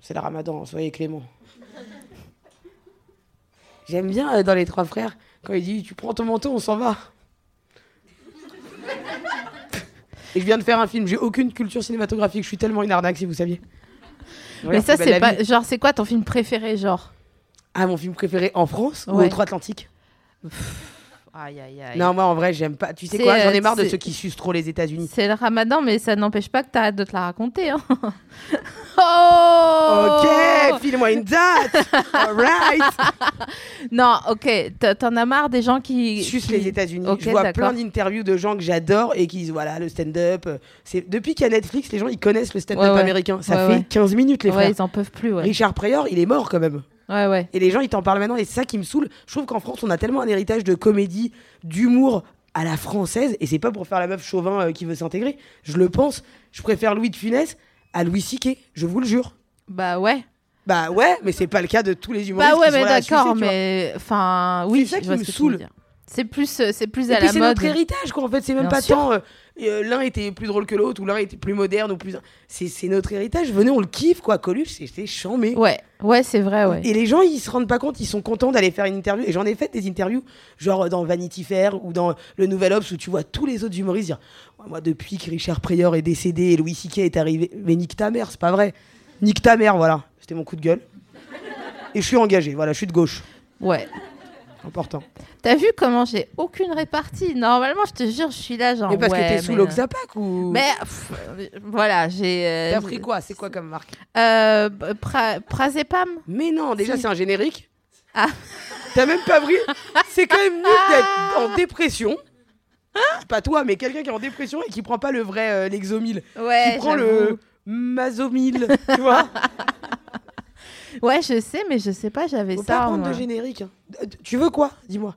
[SPEAKER 3] C'est le ramadan, soyez clément. J'aime bien euh, dans Les Trois Frères quand il dit Tu prends ton manteau, on s'en va. <laughs> Et je viens de faire un film, j'ai aucune culture cinématographique, je suis tellement une arnaque si vous saviez.
[SPEAKER 2] Mais
[SPEAKER 3] Voilà,
[SPEAKER 2] ça,
[SPEAKER 3] plus belle
[SPEAKER 2] c'est
[SPEAKER 3] la
[SPEAKER 2] pas.
[SPEAKER 3] vie.
[SPEAKER 2] Genre, c'est quoi ton film préféré, genre
[SPEAKER 3] Ah, mon film préféré en France ou
[SPEAKER 2] Ouais.
[SPEAKER 3] Outre-Atlantique
[SPEAKER 2] Aïe, aïe, aïe.
[SPEAKER 3] Non, moi en vrai, j'aime pas. Tu sais
[SPEAKER 2] C'est,
[SPEAKER 3] quoi J'en
[SPEAKER 2] euh,
[SPEAKER 3] ai marre de
[SPEAKER 2] c'est-
[SPEAKER 3] ceux qui sucent trop les États-Unis.
[SPEAKER 2] C'est le ramadan, mais ça n'empêche pas que t'arrêtes de te la raconter. <laughs> hein. oh
[SPEAKER 3] Ok, file-moi une <laughs> date Alright
[SPEAKER 2] Non, ok, t- t'en as marre des gens qui.
[SPEAKER 3] Suce
[SPEAKER 2] qui-
[SPEAKER 3] les États-Unis.
[SPEAKER 2] Ok,
[SPEAKER 3] je vois
[SPEAKER 2] d'accord.
[SPEAKER 3] plein d'interviews de gens que j'adore et qui disent voilà, le stand-up. euh, c'est Depuis qu'il y a Netflix, les gens ils connaissent le stand-up
[SPEAKER 2] Ouais, ouais.
[SPEAKER 3] américain. Ça
[SPEAKER 2] Ouais,
[SPEAKER 3] fait
[SPEAKER 2] ouais.
[SPEAKER 3] 15 minutes, les frères.
[SPEAKER 2] Ouais, ils en peuvent plus, ouais.
[SPEAKER 3] Richard Pryor, il est mort quand même.
[SPEAKER 2] Ouais, ouais.
[SPEAKER 3] Et les gens, ils t'en parlent maintenant. Et c'est ça qui me saoule. Je trouve qu'en France, on a tellement un héritage de comédie, d'humour à la française. Et c'est pas pour faire la meuf chauvin euh, qui veut s'intégrer. Je le pense. Je préfère Louis de Funès à Louis Siquet. Je vous le jure.
[SPEAKER 2] Bah ouais.
[SPEAKER 3] Bah ouais, mais c'est pas le cas de tous les humoristes.
[SPEAKER 2] bah ouais,
[SPEAKER 3] qui sont
[SPEAKER 2] mais
[SPEAKER 3] là à sucer,
[SPEAKER 2] d'accord,
[SPEAKER 3] tu vois.
[SPEAKER 2] mais. Enfin, oui,
[SPEAKER 3] ça
[SPEAKER 2] je
[SPEAKER 3] qui
[SPEAKER 2] vois
[SPEAKER 3] me
[SPEAKER 2] ce que tu veux
[SPEAKER 3] saoule.
[SPEAKER 2] dire. C'est plus, euh, c'est plus
[SPEAKER 3] Et
[SPEAKER 2] à
[SPEAKER 3] puis
[SPEAKER 2] la
[SPEAKER 3] c'est
[SPEAKER 2] mode.
[SPEAKER 3] notre héritage, quoi. En fait, c'est même
[SPEAKER 2] Bien
[SPEAKER 3] pas
[SPEAKER 2] sûr.
[SPEAKER 3] tant euh, euh, l'un était plus drôle que l'autre ou l'un était plus moderne ou plus. C'est c'est notre héritage. Venez, on le kiffe, quoi. Coluche, c'est- c'est chambé.
[SPEAKER 2] Ouais, ouais, c'est vrai, ouais.
[SPEAKER 3] Et les gens, ils se rendent pas compte, ils sont contents d'aller faire une interview. Et j'en ai fait des interviews, genre euh, dans Vanity Fair ou dans Le Nouvel Obs, où tu vois tous les autres humoristes dire Ouais, Moi, depuis que Richard Pryor est décédé et Louis C.K. est arrivé, mais nique ta mère, c'est pas vrai. Nique ta mère, voilà. C'était mon coup de gueule. Et je suis engagé, voilà, je suis de gauche.
[SPEAKER 2] Ouais.
[SPEAKER 3] Important.
[SPEAKER 2] T'as vu comment j'ai aucune répartie Normalement, je te jure, je suis là, genre.
[SPEAKER 3] mais parce
[SPEAKER 2] Ah ouais,
[SPEAKER 3] que t'es sous
[SPEAKER 2] mais- euh,
[SPEAKER 3] l'Oxapac ou.
[SPEAKER 2] Mais pff, euh, voilà, j'ai. euh,
[SPEAKER 3] T'as pris quoi C'est quoi comme marque
[SPEAKER 2] euh, pra- Prazepam
[SPEAKER 3] Mais non, déjà,
[SPEAKER 2] Si.
[SPEAKER 3] c'est un générique.
[SPEAKER 2] Ah.
[SPEAKER 3] T'as même pas pris. C'est quand même nul d'être en dépression.
[SPEAKER 2] Hein
[SPEAKER 3] Pas toi, mais quelqu'un qui est en dépression et qui prend pas le vrai euh, Lexomil.
[SPEAKER 2] Ouais.
[SPEAKER 3] qui prend
[SPEAKER 2] Eh, j'avoue.
[SPEAKER 3] le
[SPEAKER 2] <laughs>
[SPEAKER 3] Masomil. tu vois
[SPEAKER 2] Ouais, je sais, mais je sais pas, j'avais
[SPEAKER 3] Faut
[SPEAKER 2] ça.
[SPEAKER 3] pas prendre
[SPEAKER 2] moi.
[SPEAKER 3] de générique. hein. Euh, Tu veux quoi Dis-moi.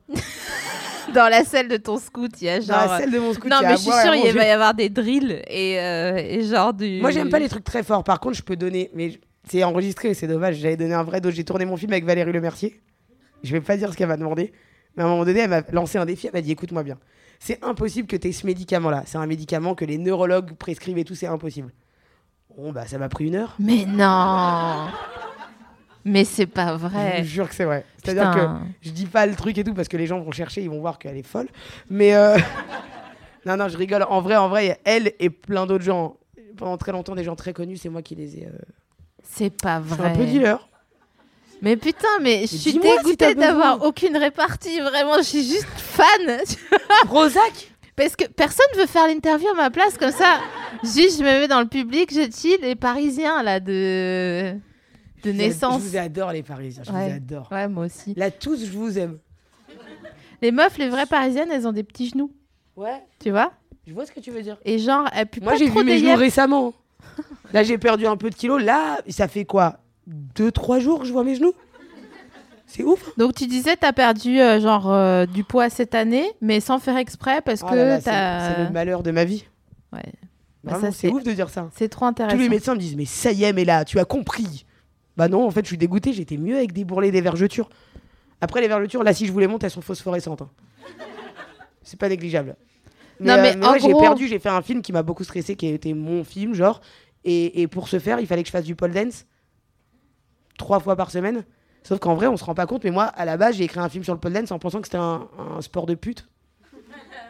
[SPEAKER 2] Dans la salle de ton scout, il y a
[SPEAKER 3] Dans
[SPEAKER 2] genre.
[SPEAKER 3] la salle de mon scout,
[SPEAKER 2] non,
[SPEAKER 3] il y a
[SPEAKER 2] mais
[SPEAKER 3] à
[SPEAKER 2] je suis
[SPEAKER 3] boire et à
[SPEAKER 2] sûre, il
[SPEAKER 3] manger.
[SPEAKER 2] va y avoir des drills et, euh, et genre du.
[SPEAKER 3] Moi, j'aime pas les trucs très forts. Par contre, je peux donner. Mais je- c'est enregistré, c'est dommage. J'avais donné un vrai dos. J'ai tourné mon film avec Valérie Lemercier. Je vais pas dire ce qu'elle m'a demandé. Mais à un moment donné, elle m'a lancé un défi. Elle m'a dit écoute-moi bien. C'est impossible que tu aies ce médicament-là. C'est un médicament que les neurologues prescrivent et tout. C'est impossible. Bon, bah, ça m'a pris une heure.
[SPEAKER 2] Mais non Mais c'est pas
[SPEAKER 3] Je
[SPEAKER 2] vrai.
[SPEAKER 3] vous jure que c'est vrai. C'est-à-dire que
[SPEAKER 2] Putain.
[SPEAKER 3] je dis pas le truc et tout parce que les gens vont chercher, ils vont voir qu'elle est folle. Mais euh, <laughs> non, non, je rigole. En vrai, en vrai, elle et plein d'autres gens. Pendant très longtemps, des gens très connus, c'est moi qui les ai. euh,
[SPEAKER 2] C'est pas
[SPEAKER 3] je suis
[SPEAKER 2] vrai.
[SPEAKER 3] un peu dealer.
[SPEAKER 2] Mais putain, mais je suis
[SPEAKER 3] dis-moi si t'as
[SPEAKER 2] dégoûtée
[SPEAKER 3] besoin.
[SPEAKER 2] d'avoir aucune répartie. Vraiment, je suis juste fan. <laughs>
[SPEAKER 3] Prozac
[SPEAKER 2] Parce que personne veut faire l'interview à ma place comme ça. Juste, je me mets dans le public, je chill. Les Parisiens, là, de, de
[SPEAKER 3] Je vous ad-
[SPEAKER 2] naissance.
[SPEAKER 3] Je vous adore les Parisiens, je
[SPEAKER 2] Ouais.
[SPEAKER 3] vous adore.
[SPEAKER 2] Ouais, moi aussi.
[SPEAKER 3] Là tous, je vous aime.
[SPEAKER 2] Les meufs, les vraies Parisiennes, elles ont des petits genoux.
[SPEAKER 3] Ouais,
[SPEAKER 2] Tu vois
[SPEAKER 3] je vois ce que tu veux dire.
[SPEAKER 2] Et genre, elles puent
[SPEAKER 3] Moi
[SPEAKER 2] pas
[SPEAKER 3] j'ai
[SPEAKER 2] trop
[SPEAKER 3] vu mes
[SPEAKER 2] des
[SPEAKER 3] genoux
[SPEAKER 2] yeux.
[SPEAKER 3] récemment. <laughs> Là j'ai perdu un peu de kilos. Là, ça fait quoi Deux, trois jours que je vois mes genoux C'est ouf.
[SPEAKER 2] Donc tu disais t'as perdu euh, genre euh, du poids cette année, mais sans faire exprès parce
[SPEAKER 3] Oh
[SPEAKER 2] que
[SPEAKER 3] là là, c'est-
[SPEAKER 2] t'as.
[SPEAKER 3] C'est le malheur de ma vie.
[SPEAKER 2] Ouais. Bah,
[SPEAKER 3] Vraiment,
[SPEAKER 2] ça,
[SPEAKER 3] c'est
[SPEAKER 2] c'est-
[SPEAKER 3] ouf de dire ça.
[SPEAKER 2] C'est trop
[SPEAKER 3] Tous
[SPEAKER 2] intéressant.
[SPEAKER 3] les médecins me disent mais ça y est, mais là, tu as compris. Bah non, en fait, je suis dégoûtée. J'étais mieux avec des bourrelets, et des vergetures. Après les vergetures, là si je vous les montre, elles sont phosphorescentes. hein. C'est pas négligeable.
[SPEAKER 2] Non,
[SPEAKER 3] euh,
[SPEAKER 2] mais en
[SPEAKER 3] ouais, j'ai
[SPEAKER 2] gros-
[SPEAKER 3] perdu, j'ai fait un film qui m'a beaucoup stressé, qui était mon film, genre. Et, et pour ce faire, il fallait que je fasse du pole dance trois fois par semaine. Sauf qu'en vrai, on se rend pas compte, mais moi, à la base, j'ai écrit un film sur le pole dance en pensant que c'était un, un sport de pute.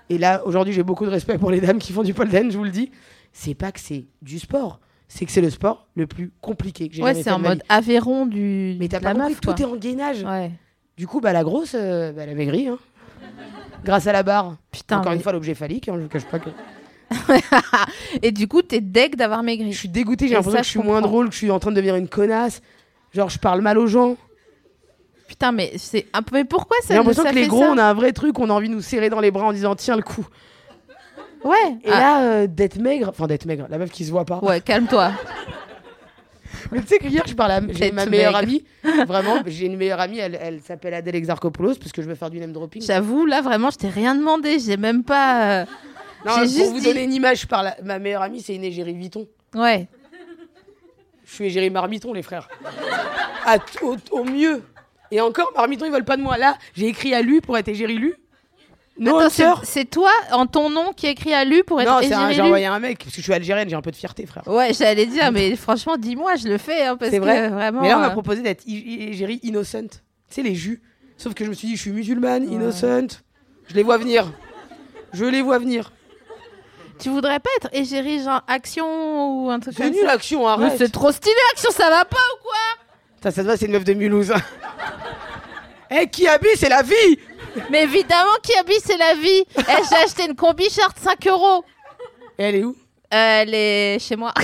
[SPEAKER 3] Et là, aujourd'hui, j'ai beaucoup de respect pour les dames qui font du pole dance, je vous le dis. C'est pas que c'est du sport, c'est que c'est le sport le plus compliqué que j'ai
[SPEAKER 2] Ouais,
[SPEAKER 3] jamais
[SPEAKER 2] c'est
[SPEAKER 3] fait
[SPEAKER 2] en
[SPEAKER 3] de ma
[SPEAKER 2] mode
[SPEAKER 3] vie.
[SPEAKER 2] Aveyron du.
[SPEAKER 3] Mais t'as
[SPEAKER 2] de la
[SPEAKER 3] pas compris,
[SPEAKER 2] meuf, quoi.
[SPEAKER 3] tout est en gainage.
[SPEAKER 2] Ouais.
[SPEAKER 3] Du coup, bah, la grosse, euh, bah, elle a maigri. hein. Grâce à la barre.
[SPEAKER 2] Putain.
[SPEAKER 3] Encore
[SPEAKER 2] mais-
[SPEAKER 3] une fois, l'objet phallique, hein, je vous cache pas que.
[SPEAKER 2] <laughs> Et du coup t'es deg d'avoir
[SPEAKER 3] Je
[SPEAKER 2] maigri.
[SPEAKER 3] suis dégoûtée, j'ai
[SPEAKER 2] Et
[SPEAKER 3] l'impression
[SPEAKER 2] ça,
[SPEAKER 3] que je
[SPEAKER 2] je
[SPEAKER 3] suis moins
[SPEAKER 2] comprends.
[SPEAKER 3] drôle, que je suis en train de devenir une connasse. Genre, je parle mal aux gens.
[SPEAKER 2] Putain mais c'est. un peu- Mais pourquoi ça
[SPEAKER 3] J'ai l'impression
[SPEAKER 2] ça
[SPEAKER 3] que les
[SPEAKER 2] fait
[SPEAKER 3] gros,
[SPEAKER 2] ça
[SPEAKER 3] on a un vrai truc, on a envie de nous serrer dans les bras en disant tiens le coup.
[SPEAKER 2] Ouais.
[SPEAKER 3] Et
[SPEAKER 2] ah,
[SPEAKER 3] là, euh, d'être maigre, enfin d'être maigre, la meuf qui se voit pas.
[SPEAKER 2] Ouais, calme-toi.
[SPEAKER 3] Mais tu sais que hier, je parlais à j'ai
[SPEAKER 2] D'être
[SPEAKER 3] ma meilleure
[SPEAKER 2] maigre. <laughs>
[SPEAKER 3] amie. Vraiment, j'ai une meilleure amie, elle, elle s'appelle Adèle Exarchopoulos, parce que je veux faire du name dropping.
[SPEAKER 2] J'avoue, là vraiment, je t'ai rien demandé. J'ai même pas. euh,
[SPEAKER 3] Non,
[SPEAKER 2] j'ai
[SPEAKER 3] pour
[SPEAKER 2] juste
[SPEAKER 3] vous
[SPEAKER 2] dit-
[SPEAKER 3] donner une image, je parle à- ma meilleure amie, c'est une Égérie Vuitton.
[SPEAKER 2] Ouais.
[SPEAKER 3] Je suis Égérie Marmiton, les frères. À t- au, au mieux. Et encore, Marmiton, ils veulent pas de moi. Là, j'ai écrit à lui pour être Égérie Lu. Non,
[SPEAKER 2] Attends, c'est-
[SPEAKER 3] sœur.
[SPEAKER 2] c'est toi en ton nom qui est écrit à Lu pour être
[SPEAKER 3] Non, c'est un-
[SPEAKER 2] égérie
[SPEAKER 3] j'ai
[SPEAKER 2] Lu
[SPEAKER 3] envoyé un mec, parce que je suis algérienne, j'ai un peu de fierté, frère.
[SPEAKER 2] Ouais, j'allais dire, mais franchement, dis-moi, je le fais hein, parce
[SPEAKER 3] C'est vrai.
[SPEAKER 2] que vraiment.
[SPEAKER 3] Mais là, on m'a
[SPEAKER 2] euh,
[SPEAKER 3] proposé d'être I- I- Égérie Innocent. Tu sais, les jus. Sauf que je me suis dit, je suis musulmane, innocent. Je les vois venir. Je les vois venir.
[SPEAKER 2] Tu voudrais pas être égérie genre action ou un truc
[SPEAKER 3] C'est
[SPEAKER 2] comme
[SPEAKER 3] nul,
[SPEAKER 2] ça
[SPEAKER 3] l'action,
[SPEAKER 2] Mais
[SPEAKER 3] arrête.
[SPEAKER 2] C'est trop stylé, action, ça va pas ou quoi
[SPEAKER 3] Putain, ça te va, c'est une meuf de Mulhouse. hein. <laughs> Eh, qui habite, c'est la vie
[SPEAKER 2] Mais évidemment, Kiabi, c'est la vie. Eh,
[SPEAKER 3] <laughs>
[SPEAKER 2] J'ai acheté une combi short 5 euros.
[SPEAKER 3] Et elle est où
[SPEAKER 2] Euh, Elle est chez moi. <laughs>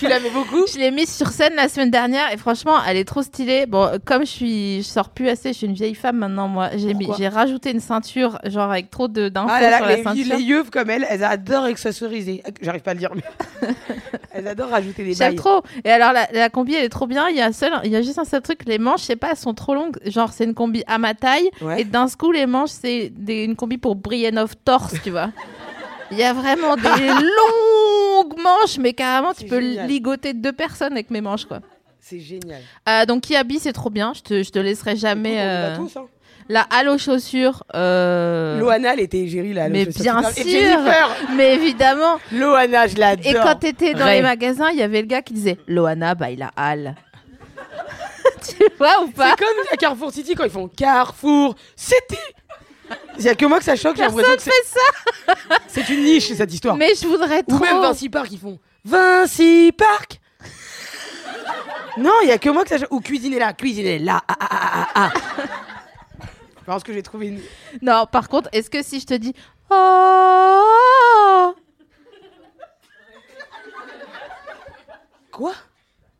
[SPEAKER 3] Tu l'avais beaucoup
[SPEAKER 2] Je l'ai mise sur scène la semaine dernière et franchement, elle est trop stylée. Bon, euh, comme je suis, je sors plus assez, je suis une vieille femme maintenant, moi. J'ai mis-
[SPEAKER 3] Pourquoi
[SPEAKER 2] j'ai rajouté une ceinture, genre avec trop de d'infos
[SPEAKER 3] Ah là
[SPEAKER 2] sur
[SPEAKER 3] là,
[SPEAKER 2] la
[SPEAKER 3] les,
[SPEAKER 2] ceinture.
[SPEAKER 3] vieux- les yeux comme elle, elles adorent accessoriser. Ah, J'arrive pas à le dire, mais.
[SPEAKER 2] <laughs>
[SPEAKER 3] elles adorent rajouter des
[SPEAKER 2] J'aime
[SPEAKER 3] bails.
[SPEAKER 2] trop. Et alors la, la combi elle est trop bien. Il y a un seul, il y a juste un seul truc. Les manches, je sais pas, elles sont trop longues. Genre c'est une combi à ma taille.
[SPEAKER 3] Ouais.
[SPEAKER 2] Et d'un coup les manches c'est des- une combi pour Brienne of Torse, tu vois. Il y a
[SPEAKER 3] <laughs>
[SPEAKER 2] vraiment des longues manches, mais carrément tu
[SPEAKER 3] C'est
[SPEAKER 2] peux
[SPEAKER 3] génial.
[SPEAKER 2] ligoter deux personnes avec mes manches quoi.
[SPEAKER 3] C'est génial.
[SPEAKER 2] Euh, donc Kiabi c'est trop bien. Je te, je te laisserai jamais.
[SPEAKER 3] Écoute,
[SPEAKER 2] euh,
[SPEAKER 3] on y va tous, hein.
[SPEAKER 2] La halo chaussure. euh,
[SPEAKER 3] Loana, elle était égérie là.
[SPEAKER 2] mais
[SPEAKER 3] le-
[SPEAKER 2] bien
[SPEAKER 3] Et
[SPEAKER 2] sûr.
[SPEAKER 3] Jennifer
[SPEAKER 2] Mais évidemment.
[SPEAKER 3] Loana, je l'adore.
[SPEAKER 2] Et quand t'étais dans
[SPEAKER 3] Ray.
[SPEAKER 2] les magasins, il y avait le gars qui disait Loana, bah il a hal. <laughs> tu vois ou pas
[SPEAKER 3] C'est comme à Carrefour City quand ils font Carrefour City Il y a que moi que ça choque, j'ai l'impression que c'est- c'est une niche cette histoire.
[SPEAKER 2] Mais je voudrais
[SPEAKER 3] Ou
[SPEAKER 2] trop.
[SPEAKER 3] même Vinci Park, ils font Vinci Park Non, il y a que moi que ça choque. Ou cuisiner là, cuisiner là. Ah, ah, ah, ah, ah. Je pense que j'ai trouvé une.
[SPEAKER 2] Non, par contre, est-ce que si je te dis Oh
[SPEAKER 3] Quoi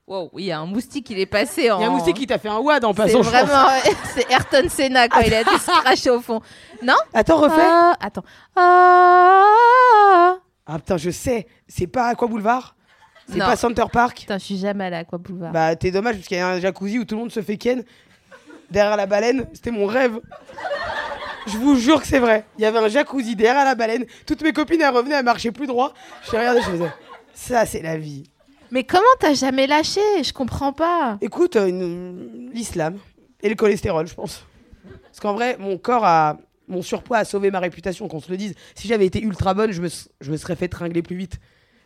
[SPEAKER 2] Wow, il y a un moustique, il est passé en.
[SPEAKER 3] Il y a un moustique qui t'a fait un wad en
[SPEAKER 2] Oh. C'est
[SPEAKER 3] passant, je pense.
[SPEAKER 2] vraiment. <laughs> C'est Ayrton Senna quand il a dû se cracher au fond. Non
[SPEAKER 3] Attends, refais.
[SPEAKER 2] Ah, Attends. Ah
[SPEAKER 3] Ah putain, je sais. C'est pas Aqua Boulevard C'est
[SPEAKER 2] Non.
[SPEAKER 3] pas Center Park
[SPEAKER 2] Putain, je suis jamais allée à quoi boulevard.
[SPEAKER 3] Bah, t'es dommage parce qu'il y a un jacuzzi où tout le monde se fait ken derrière la baleine. C'était mon rêve. Je vous jure que c'est vrai. Il y avait un jacuzzi derrière la baleine. Toutes mes copines, elles revenaient, elles marchaient plus droit. Je les regardais, je faisais ça, c'est la vie.
[SPEAKER 2] Mais comment t'as jamais lâché Je comprends pas.
[SPEAKER 3] Écoute, euh, une- l'islam et le cholestérol, je pense. Parce qu'en vrai, mon corps a. Mon surpoids a sauvé ma réputation, qu'on se le dise. Si j'avais été ultra bonne, je me, s- je me serais fait tringler plus vite.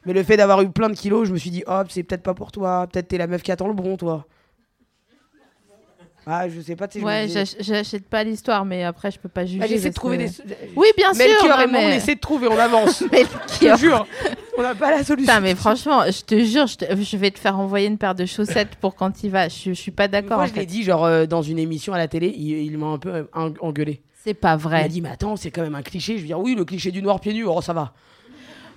[SPEAKER 3] Mais le fait d'avoir eu plein de kilos, je me suis dit, hop, c'est peut-être pas pour toi. Peut-être t'es la meuf qui attend le bon, toi. Ah, je sais pas, tu sais, je me
[SPEAKER 2] Ouais,
[SPEAKER 3] disais-
[SPEAKER 2] j'ach- j'achète pas l'histoire, mais après, je peux pas juger.
[SPEAKER 3] Ah, J'essaie de
[SPEAKER 2] parce
[SPEAKER 3] trouver
[SPEAKER 2] que-
[SPEAKER 3] des.
[SPEAKER 2] Oui, bien sûr.
[SPEAKER 3] Melchior
[SPEAKER 2] non,
[SPEAKER 3] et mon, on
[SPEAKER 2] mais-
[SPEAKER 3] essaie de trouver,
[SPEAKER 2] <laughs>
[SPEAKER 3] on avance. je
[SPEAKER 2] Melchior.
[SPEAKER 3] te jure, on n'a pas la solution.
[SPEAKER 2] Putain, mais franchement, je te jure, je, te- je vais te faire envoyer une paire de chaussettes pour quand il va. Je, je suis pas d'accord.
[SPEAKER 3] Moi,
[SPEAKER 2] en
[SPEAKER 3] je l'ai
[SPEAKER 2] fait.
[SPEAKER 3] dit, genre, euh, dans une émission à la télé, il, il m'a un peu euh, en- engueulé.
[SPEAKER 2] C'est pas
[SPEAKER 3] Il m'a
[SPEAKER 2] vrai.
[SPEAKER 3] dit, mais attends, c'est quand même un cliché. Je veux dire, oui, le cliché du noir pieds nus, oh, ça va.